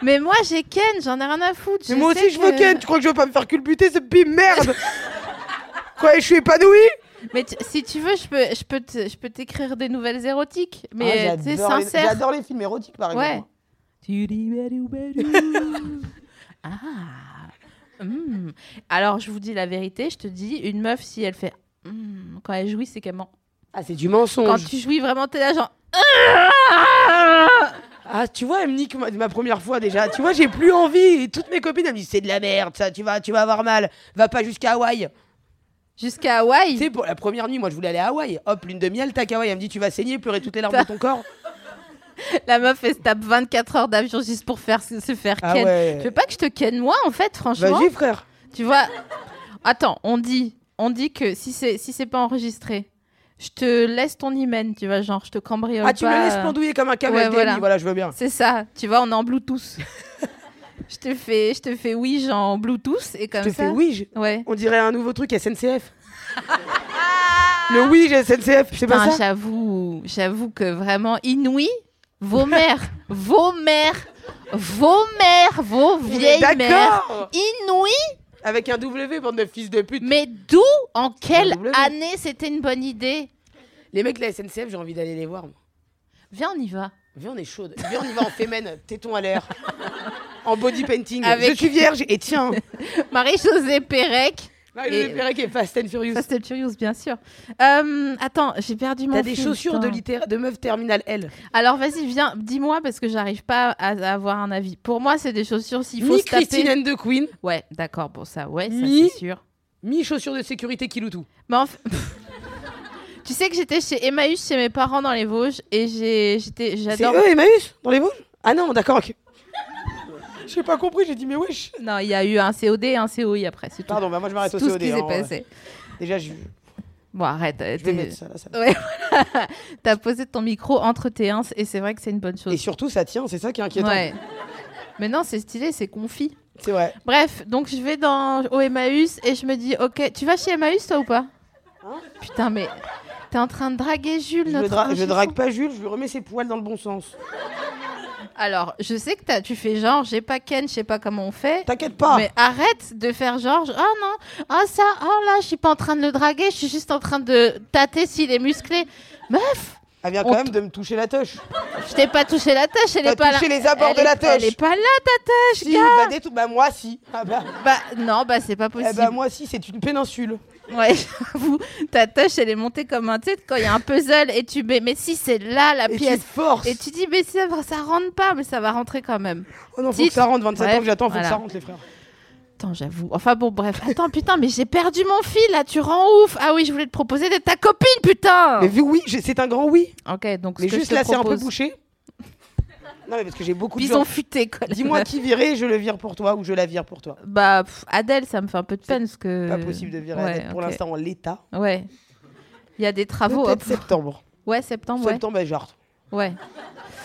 [SPEAKER 2] mais moi, j'ai Ken, j'en ai rien à foutre. <laughs>
[SPEAKER 3] Mais
[SPEAKER 2] Je
[SPEAKER 3] moi
[SPEAKER 2] sais
[SPEAKER 3] aussi, je veux
[SPEAKER 2] que-
[SPEAKER 3] Ken. Tu crois que je veux pas me faire culbuter, ce bim merde Quoi Je suis épanouie
[SPEAKER 2] <laughs> Mais tu- si tu veux, je peux, je peux, te- je peux t'écrire des nouvelles érotiques, mais
[SPEAKER 3] Ah,
[SPEAKER 2] tu sais,
[SPEAKER 3] j'adore les-
[SPEAKER 2] sincères.
[SPEAKER 3] J'adore les films érotiques, par exemple.
[SPEAKER 2] Ouais.
[SPEAKER 3] moi.
[SPEAKER 2] ah. Hmm. Alors, je vous dis la vérité, je te dis, une meuf, si elle fait. hmm, quand elle jouit, c'est qu'elle ment.
[SPEAKER 3] Ah, c'est du mensonge.
[SPEAKER 2] Quand tu jouis vraiment, t'es là, genre.
[SPEAKER 3] Ah, tu vois, elle me nique ma, ma première fois déjà. Tu vois, j'ai plus envie. Et toutes mes copines, elles me disent c'est de la merde, ça. Tu vas, tu vas avoir mal. Va pas jusqu'à Hawaï.
[SPEAKER 2] Jusqu'à
[SPEAKER 3] Tu
[SPEAKER 2] Hawaï.
[SPEAKER 3] sais, pour la première nuit, moi, je voulais aller à Hawaï. Hop, lune de miel, tac, Hawaï. Elle me dit tu vas saigner, pleurer toutes les larmes de ton corps.
[SPEAKER 2] La meuf, elle se tape 24 heures d'avion juste pour faire, se se faire
[SPEAKER 3] Ah
[SPEAKER 2] ken.
[SPEAKER 3] ouais.
[SPEAKER 2] Tu veux pas que je te ken, moi, en fait, franchement
[SPEAKER 3] Vas-y, frère.
[SPEAKER 2] Tu vois Attends, on dit, on dit que si c'est si c'est pas enregistré, je te laisse ton hymen, tu vois, genre je te cambriole
[SPEAKER 3] Ah, tu
[SPEAKER 2] pas,
[SPEAKER 3] me laisses
[SPEAKER 2] euh,
[SPEAKER 3] pendouiller comme un câble
[SPEAKER 2] Ouais,
[SPEAKER 3] HDMI.
[SPEAKER 2] voilà.
[SPEAKER 3] Voilà. je veux bien.
[SPEAKER 2] C'est ça, tu vois, on est en Bluetooth. je te fais je te fais oui, genre en Bluetooth et comme
[SPEAKER 3] Je te
[SPEAKER 2] ça.
[SPEAKER 3] fais Ouige.
[SPEAKER 2] Ouais.
[SPEAKER 3] On dirait un nouveau truc SNCF. Le Ouige SNCF, c'est pas
[SPEAKER 2] Putain,
[SPEAKER 3] ça
[SPEAKER 2] j'avoue, j'avoue que vraiment inouï vos mères, vos mères, vos mères, vos vieilles mères.
[SPEAKER 3] D'accord
[SPEAKER 2] Inouï
[SPEAKER 3] Avec un W, bande de fils de pute.
[SPEAKER 2] Mais d'où, en quelle
[SPEAKER 3] Un double V.
[SPEAKER 2] année c'était une bonne idée
[SPEAKER 3] Les mecs de la SNCF, j'ai envie d'aller les voir. moi.
[SPEAKER 2] Viens, on y va.
[SPEAKER 3] Viens, on est chaude. Viens, on y va en fémène, téton à l'air. En body painting.
[SPEAKER 2] Avec-
[SPEAKER 3] Je suis vierge et
[SPEAKER 2] <laughs>
[SPEAKER 3] tiens.
[SPEAKER 2] Marie-Josée Pérec.
[SPEAKER 3] Là,
[SPEAKER 2] Et-
[SPEAKER 3] le perruque est Fast and Furious.
[SPEAKER 2] Fast and Furious, bien sûr. Euh, attends, j'ai perdu mon
[SPEAKER 3] T'as des
[SPEAKER 2] fil,
[SPEAKER 3] chaussures de,
[SPEAKER 2] putain.
[SPEAKER 3] littéra- de meuf terminale L.
[SPEAKER 2] Alors vas-y, viens, dis-moi parce que j'arrive pas à, à avoir un avis. Pour moi, c'est des chaussures s'il faut
[SPEAKER 3] Mi
[SPEAKER 2] se taper.
[SPEAKER 3] Christine and the Queen.
[SPEAKER 2] Ouais, d'accord, bon ça, ouais, ça
[SPEAKER 3] Mi-
[SPEAKER 2] c'est sûr.
[SPEAKER 3] Mi chaussures de sécurité Kiloutou.
[SPEAKER 2] Mais en fait- <laughs> tu sais que j'étais chez Emmaüs chez mes parents dans les Vosges et j'ai j'étais
[SPEAKER 3] C'est
[SPEAKER 2] j'adore.
[SPEAKER 3] eux, Emmaüs, dans les Vosges Ah non, d'accord, ok. J'ai pas compris, j'ai dit mais wesh.
[SPEAKER 2] Non, il y a eu un COD et un COI après, c'est tout.
[SPEAKER 3] Pardon, bah moi je
[SPEAKER 2] C'est
[SPEAKER 3] m'arrête au
[SPEAKER 2] tout ce
[SPEAKER 3] COD,
[SPEAKER 2] qui
[SPEAKER 3] hein,
[SPEAKER 2] s'est
[SPEAKER 3] en vrai.
[SPEAKER 2] passé.
[SPEAKER 3] Déjà, je,
[SPEAKER 2] Bon, arrête. euh,
[SPEAKER 3] je vais
[SPEAKER 2] t'es-
[SPEAKER 3] mettre ça là. ça va.
[SPEAKER 2] Ouais, voilà. T'as posé ton micro entre tes uns et c'est vrai que c'est une bonne
[SPEAKER 3] Et
[SPEAKER 2] chose.
[SPEAKER 3] surtout, ça tient, c'est ça qui est inquiétant.
[SPEAKER 2] Ouais. Mais non, c'est stylé, c'est confit.
[SPEAKER 3] C'est vrai.
[SPEAKER 2] Bref, donc je vais dans au Emmaüs et je me dis, ok, tu vas chez Emmaüs toi ou pas Putain, mais t'es en train de draguer Jules,
[SPEAKER 3] Je,
[SPEAKER 2] notre
[SPEAKER 3] dra- je
[SPEAKER 2] ingé
[SPEAKER 3] drague pas Jules, je lui remets ses poils dans le bon sens.
[SPEAKER 2] son. Alors, je sais que t'as- tu fais genre, j'ai pas Ken, je sais pas comment on fait.
[SPEAKER 3] T'inquiète pas.
[SPEAKER 2] Mais arrête de faire genre, oh non, ah ça, oh là, je suis pas en train de le draguer, je suis juste en train de tâter s'il est musclé. Meuf,
[SPEAKER 3] Elle vient
[SPEAKER 2] on
[SPEAKER 3] quand même de me toucher la touche.
[SPEAKER 2] je t'ai pas touché la tâche, elle
[SPEAKER 3] T'as
[SPEAKER 2] est pas là.
[SPEAKER 3] touché les abords
[SPEAKER 2] Elle
[SPEAKER 3] de
[SPEAKER 2] est-
[SPEAKER 3] la tâche.
[SPEAKER 2] Elle est pas là ta tâche,
[SPEAKER 3] Si,
[SPEAKER 2] gars.
[SPEAKER 3] bah, des tout- bah, moi si. Ah bah,
[SPEAKER 2] Bah non, bah c'est pas
[SPEAKER 3] eh
[SPEAKER 2] possible.
[SPEAKER 3] bah, moi si, c'est une péninsule.
[SPEAKER 2] Ouais, <laughs> j'avoue, ta tâche, elle est montée comme un, tu sais, quand il y a un puzzle et tu mets, mais si c'est là la
[SPEAKER 3] Et tu te
[SPEAKER 2] pièce.
[SPEAKER 3] forces.
[SPEAKER 2] Et tu dis, mais ça, va- ça rentre pas, mais ça va rentrer quand même.
[SPEAKER 3] Oh non, faut
[SPEAKER 2] Dites-
[SPEAKER 3] que ça rentre, 27
[SPEAKER 2] Bref,
[SPEAKER 3] ans que j'attends, faut
[SPEAKER 2] voilà.
[SPEAKER 3] que ça rentre les frères.
[SPEAKER 2] Attends, j'avoue. Enfin bon,
[SPEAKER 3] <laughs>
[SPEAKER 2] bref. Attends, putain, mais j'ai perdu mon fil, là, tu rends ouf. Ah oui, je voulais te proposer d'être ta copine, putain.
[SPEAKER 3] Mais vu- oui, j'ai- c'est un grand oui.
[SPEAKER 2] Ok, donc Oh. ce
[SPEAKER 3] Mais
[SPEAKER 2] que
[SPEAKER 3] juste
[SPEAKER 2] je te
[SPEAKER 3] là, c'est un peu
[SPEAKER 2] propose-
[SPEAKER 3] bouché. non, mais parce que j'ai beaucoup de
[SPEAKER 2] Bison
[SPEAKER 3] gens.
[SPEAKER 2] futé, quoi. la
[SPEAKER 3] Dis-moi
[SPEAKER 2] meuf.
[SPEAKER 3] qui virait, je le vire pour toi ou je la vire pour toi.
[SPEAKER 2] <laughs> Bah, pff, Adèle, ça me fait un peu de peine parce que.
[SPEAKER 3] Pas possible de virer
[SPEAKER 2] Euh, Ouais,
[SPEAKER 3] Annette. pour
[SPEAKER 2] ok.
[SPEAKER 3] l'instant en l'état.
[SPEAKER 2] Ouais. Il y a des travaux.
[SPEAKER 3] Peut-être
[SPEAKER 2] hop.
[SPEAKER 3] septembre.
[SPEAKER 2] Ouais, septembre, ouais.
[SPEAKER 3] Septembre, bah, elle genre.
[SPEAKER 2] Ouais.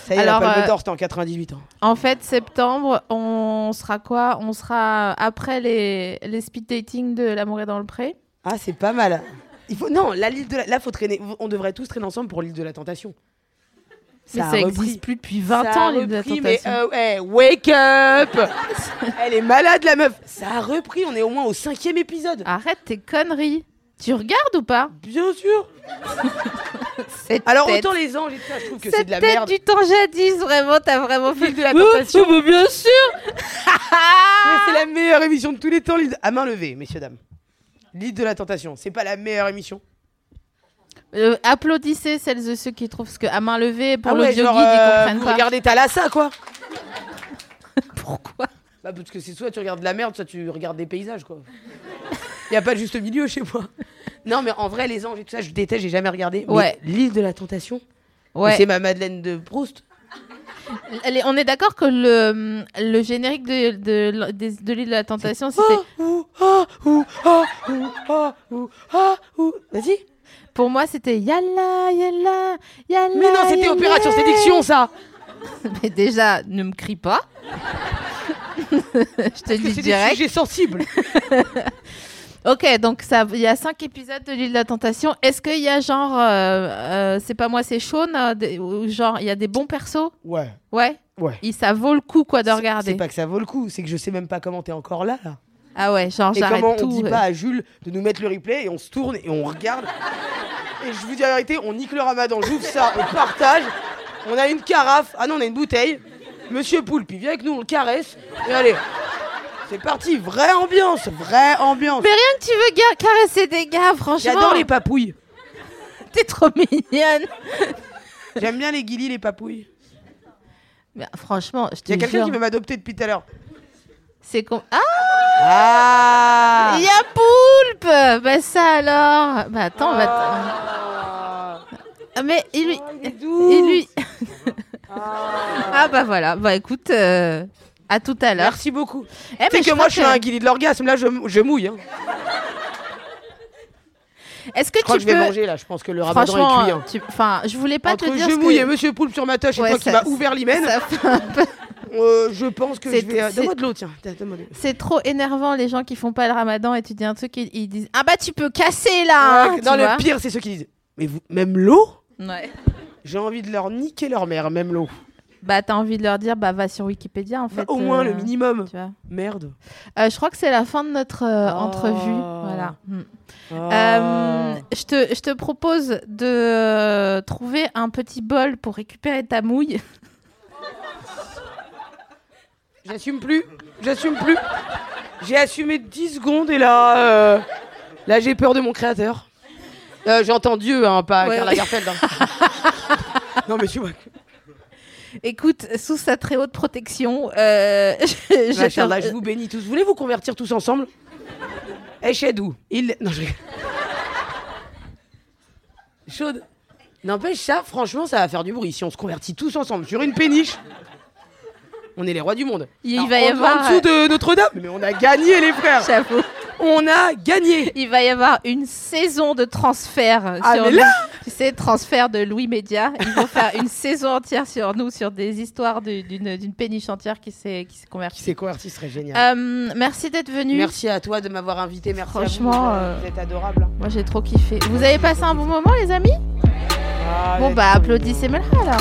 [SPEAKER 3] Ça y est,
[SPEAKER 2] Alors,
[SPEAKER 3] la palme
[SPEAKER 2] euh,
[SPEAKER 3] d'or, c'était en hein. 98 ans.
[SPEAKER 2] En fait, septembre, on sera quoi On sera après les, les speed dating de l'amour est dans le pré.
[SPEAKER 3] Ah, c'est pas mal. Il faut non, là, l'île de la... là, faut traîner. On devrait tous traîner ensemble pour l'île de la tentation.
[SPEAKER 2] Mais ça,
[SPEAKER 3] a repris.
[SPEAKER 2] existe plus depuis 20
[SPEAKER 3] Ça a
[SPEAKER 2] ans, les de la
[SPEAKER 3] repris, mais,
[SPEAKER 2] tentation.
[SPEAKER 3] euh, hey, wake up <laughs> Elle est malade la meuf. Ça a repris. On est au moins au cinquième épisode.
[SPEAKER 2] Arrête tes conneries. Tu regardes ou pas
[SPEAKER 3] Bien sûr.
[SPEAKER 2] Cette
[SPEAKER 3] Alors
[SPEAKER 2] tête.
[SPEAKER 3] autant les anges, et tout ça, je trouve que c'est
[SPEAKER 2] Cette
[SPEAKER 3] de la
[SPEAKER 2] tête
[SPEAKER 3] merde.
[SPEAKER 2] du temps jadis, vraiment, t'as vraiment fait de la
[SPEAKER 3] Ouh,
[SPEAKER 2] tentation. mais bien <laughs> sûr
[SPEAKER 3] Mais c'est <laughs> la meilleure émission de tous les temps. l'île de- À main levée, messieurs dames. L'île de la tentation. C'est pas la meilleure émission.
[SPEAKER 2] Euh, Applaudissez celles et ceux qui trouvent ce que à main levée pour
[SPEAKER 3] Ah ouais,
[SPEAKER 2] l'audio
[SPEAKER 3] genre,
[SPEAKER 2] guide,
[SPEAKER 3] euh,
[SPEAKER 2] ils comprennent
[SPEAKER 3] vous
[SPEAKER 2] pas.
[SPEAKER 3] Regardez Thalassa <laughs> quoi.
[SPEAKER 2] Pourquoi
[SPEAKER 3] Bah parce que c'est soit tu regardes de la merde, soit tu regardes des paysages quoi. Il y a pas de juste milieu chez moi. Non mais en vrai les anges et tout ça, je déteste, j'ai jamais regardé. Mais
[SPEAKER 2] Ouais.
[SPEAKER 3] L'île de la tentation.
[SPEAKER 2] Ouais.
[SPEAKER 3] C'est ma Madeleine de Proust.
[SPEAKER 2] Allez, on est d'accord que le, le générique de, de, des- de l'île de la tentation, c'était
[SPEAKER 3] Ouh, ah, ouh, ah, ouh, ah, ouh, ah, ouh. Vas-y.
[SPEAKER 2] pour moi c'était yalla yalla yalla.
[SPEAKER 3] Mais non, c'était
[SPEAKER 2] yalla.
[SPEAKER 3] Opération Séduction, ça.
[SPEAKER 2] <laughs> Mais déjà, ne me crie
[SPEAKER 3] <laughs>
[SPEAKER 2] pas. Je te
[SPEAKER 3] Que
[SPEAKER 2] dis
[SPEAKER 3] c'est des
[SPEAKER 2] direct.
[SPEAKER 3] sujets sensibles.
[SPEAKER 2] Ok, donc ça, il y a cinq épisodes de l'île de la tentation. Est-ce qu'il y a genre, euh, euh, c'est pas moi, c'est Sean, euh, des- ou genre il y a des bons persos
[SPEAKER 3] Ouais,
[SPEAKER 2] Ouais.
[SPEAKER 3] ouais.
[SPEAKER 2] Et ça vaut le coup quoi de
[SPEAKER 3] C'est-
[SPEAKER 2] regarder.
[SPEAKER 3] C'est pas que ça vaut le coup, c'est que je sais même pas comment t'es encore là. là.
[SPEAKER 2] Ah ouais, genre
[SPEAKER 3] Et
[SPEAKER 2] j'arrête
[SPEAKER 3] comment
[SPEAKER 2] tout. euh.
[SPEAKER 3] on dit
[SPEAKER 2] ouais.
[SPEAKER 3] pas à Jules de nous mettre le replay et on se tourne et on regarde. et je vous dis la vérité, on nique le ramadan, j'ouvre ça, on partage. On a une carafe, ah non, on a une bouteille. Monsieur Poulpe, il vient avec nous, on le caresse. Et allez, c'est parti, vraie ambiance, vraie ambiance.
[SPEAKER 2] Mais rien que tu veux gar- caresser des gars, franchement.
[SPEAKER 3] J'adore les papouilles.
[SPEAKER 2] T'es trop mignonne.
[SPEAKER 3] J'aime bien les guilis, les papouilles.
[SPEAKER 2] Mais franchement, je te
[SPEAKER 3] Il y a quelqu'un
[SPEAKER 2] jure,
[SPEAKER 3] qui veut m'adopter depuis tout à l'heure.
[SPEAKER 2] C'est con. Ah,
[SPEAKER 3] Ah
[SPEAKER 2] il y a Poulpe Bah ça alors Bah attends, va Ah, Mais il lui... il
[SPEAKER 3] <laughs>
[SPEAKER 2] lui... ah bah voilà, bah écoute, euh, à tout à l'heure.
[SPEAKER 3] Merci beaucoup.
[SPEAKER 2] Eh, mais
[SPEAKER 3] C'est que
[SPEAKER 2] je
[SPEAKER 3] moi,
[SPEAKER 2] crois
[SPEAKER 3] je suis un guili de l'orgasme, là, je, je mouille. hein.
[SPEAKER 2] Est-ce que
[SPEAKER 3] Je crois
[SPEAKER 2] tu
[SPEAKER 3] que je
[SPEAKER 2] peux...
[SPEAKER 3] vais manger, là, je pense que le ramadan est
[SPEAKER 2] Franchement,
[SPEAKER 3] cuit. hein.
[SPEAKER 2] tu- enfin, je voulais pas
[SPEAKER 3] Entre
[SPEAKER 2] te dire
[SPEAKER 3] je
[SPEAKER 2] ce
[SPEAKER 3] mouille
[SPEAKER 2] que-
[SPEAKER 3] et Monsieur Poulpe sur ma tâche et
[SPEAKER 2] Ouais,
[SPEAKER 3] toi qui
[SPEAKER 2] ça-
[SPEAKER 3] m'as ouvert l'hymen,
[SPEAKER 2] ça fait un peu-
[SPEAKER 3] euh, je pense que
[SPEAKER 2] C'est-
[SPEAKER 3] je vais. euh,
[SPEAKER 2] c'est-
[SPEAKER 3] Donne-moi de l'eau, tiens. Tiens, donne-moi de l'eau.
[SPEAKER 2] C'est trop énervant les gens qui font pas le ramadan et tu dis un truc ils, ils disent ah bah tu peux casser là. hein, tu
[SPEAKER 3] Ouais, Ah, non,
[SPEAKER 2] vois.
[SPEAKER 3] le pire, c'est ceux qui disent Mais vous, même l'eau
[SPEAKER 2] Ouais.
[SPEAKER 3] J'ai envie de leur niquer leur mère, même l'eau.
[SPEAKER 2] Bah t'as envie de leur dire bah va sur Wikipédia en
[SPEAKER 3] Enfin,
[SPEAKER 2] fait.
[SPEAKER 3] au moins
[SPEAKER 2] euh,
[SPEAKER 3] le minimum.
[SPEAKER 2] Tu vois.
[SPEAKER 3] Merde.
[SPEAKER 2] Euh, je crois que c'est la fin de notre euh,
[SPEAKER 3] Oh.
[SPEAKER 2] entrevue. Voilà. Mm.
[SPEAKER 3] Ah.
[SPEAKER 2] Euh, je, te, je te propose de euh, trouver un petit bol pour récupérer ta mouille. <laughs>
[SPEAKER 3] J'assume plus. J'assume plus. J'ai assumé 10 secondes et là. euh, Là, j'ai peur de mon créateur. Euh, J'entends Dieu, hein, pas
[SPEAKER 2] Ouais,
[SPEAKER 3] Karl
[SPEAKER 2] ouais.
[SPEAKER 3] Lagerfeld.
[SPEAKER 2] <laughs>
[SPEAKER 3] hein. non, mais tu vois.
[SPEAKER 2] Écoute, sous sa très haute protection, euh, <laughs> je, je
[SPEAKER 3] Ma chère,
[SPEAKER 2] te-
[SPEAKER 3] là, je vous bénis tous. Voulez-vous convertir tous ensemble Eh, Shadou, il... Non, je rigole. Chaude. N'empêche, ça, franchement, ça va faire du bruit. Si on se convertit tous ensemble sur une péniche, on est les rois du monde.
[SPEAKER 2] Il
[SPEAKER 3] Alors,
[SPEAKER 2] va y
[SPEAKER 3] en-
[SPEAKER 2] avoir- euh,
[SPEAKER 3] En dessous de Notre-Dame, mais on a gagné, les frères
[SPEAKER 2] <laughs> j'avoue.
[SPEAKER 3] On a gagné
[SPEAKER 2] Il va y avoir une saison de transfert
[SPEAKER 3] Ah,
[SPEAKER 2] sur
[SPEAKER 3] mais
[SPEAKER 2] nous.
[SPEAKER 3] là
[SPEAKER 2] Tu sais, transfert de Louis Média. Ils vont faire une <laughs> saison entière sur nous, sur des histoires de- d'une d'une péniche entière qui s'est qui s'est
[SPEAKER 3] Qui
[SPEAKER 2] convertie.
[SPEAKER 3] s'est converti, ce serait génial.
[SPEAKER 2] Euh, merci d'être venu.
[SPEAKER 3] Merci à toi de m'avoir invité, merci à vous.
[SPEAKER 2] Franchement,
[SPEAKER 3] Vous
[SPEAKER 2] euh,
[SPEAKER 3] êtes hein. adorable.
[SPEAKER 2] Moi, j'ai trop kiffé. Vous avez passé un bon moment, les amis Bon, bah, applaudissez Melha alors.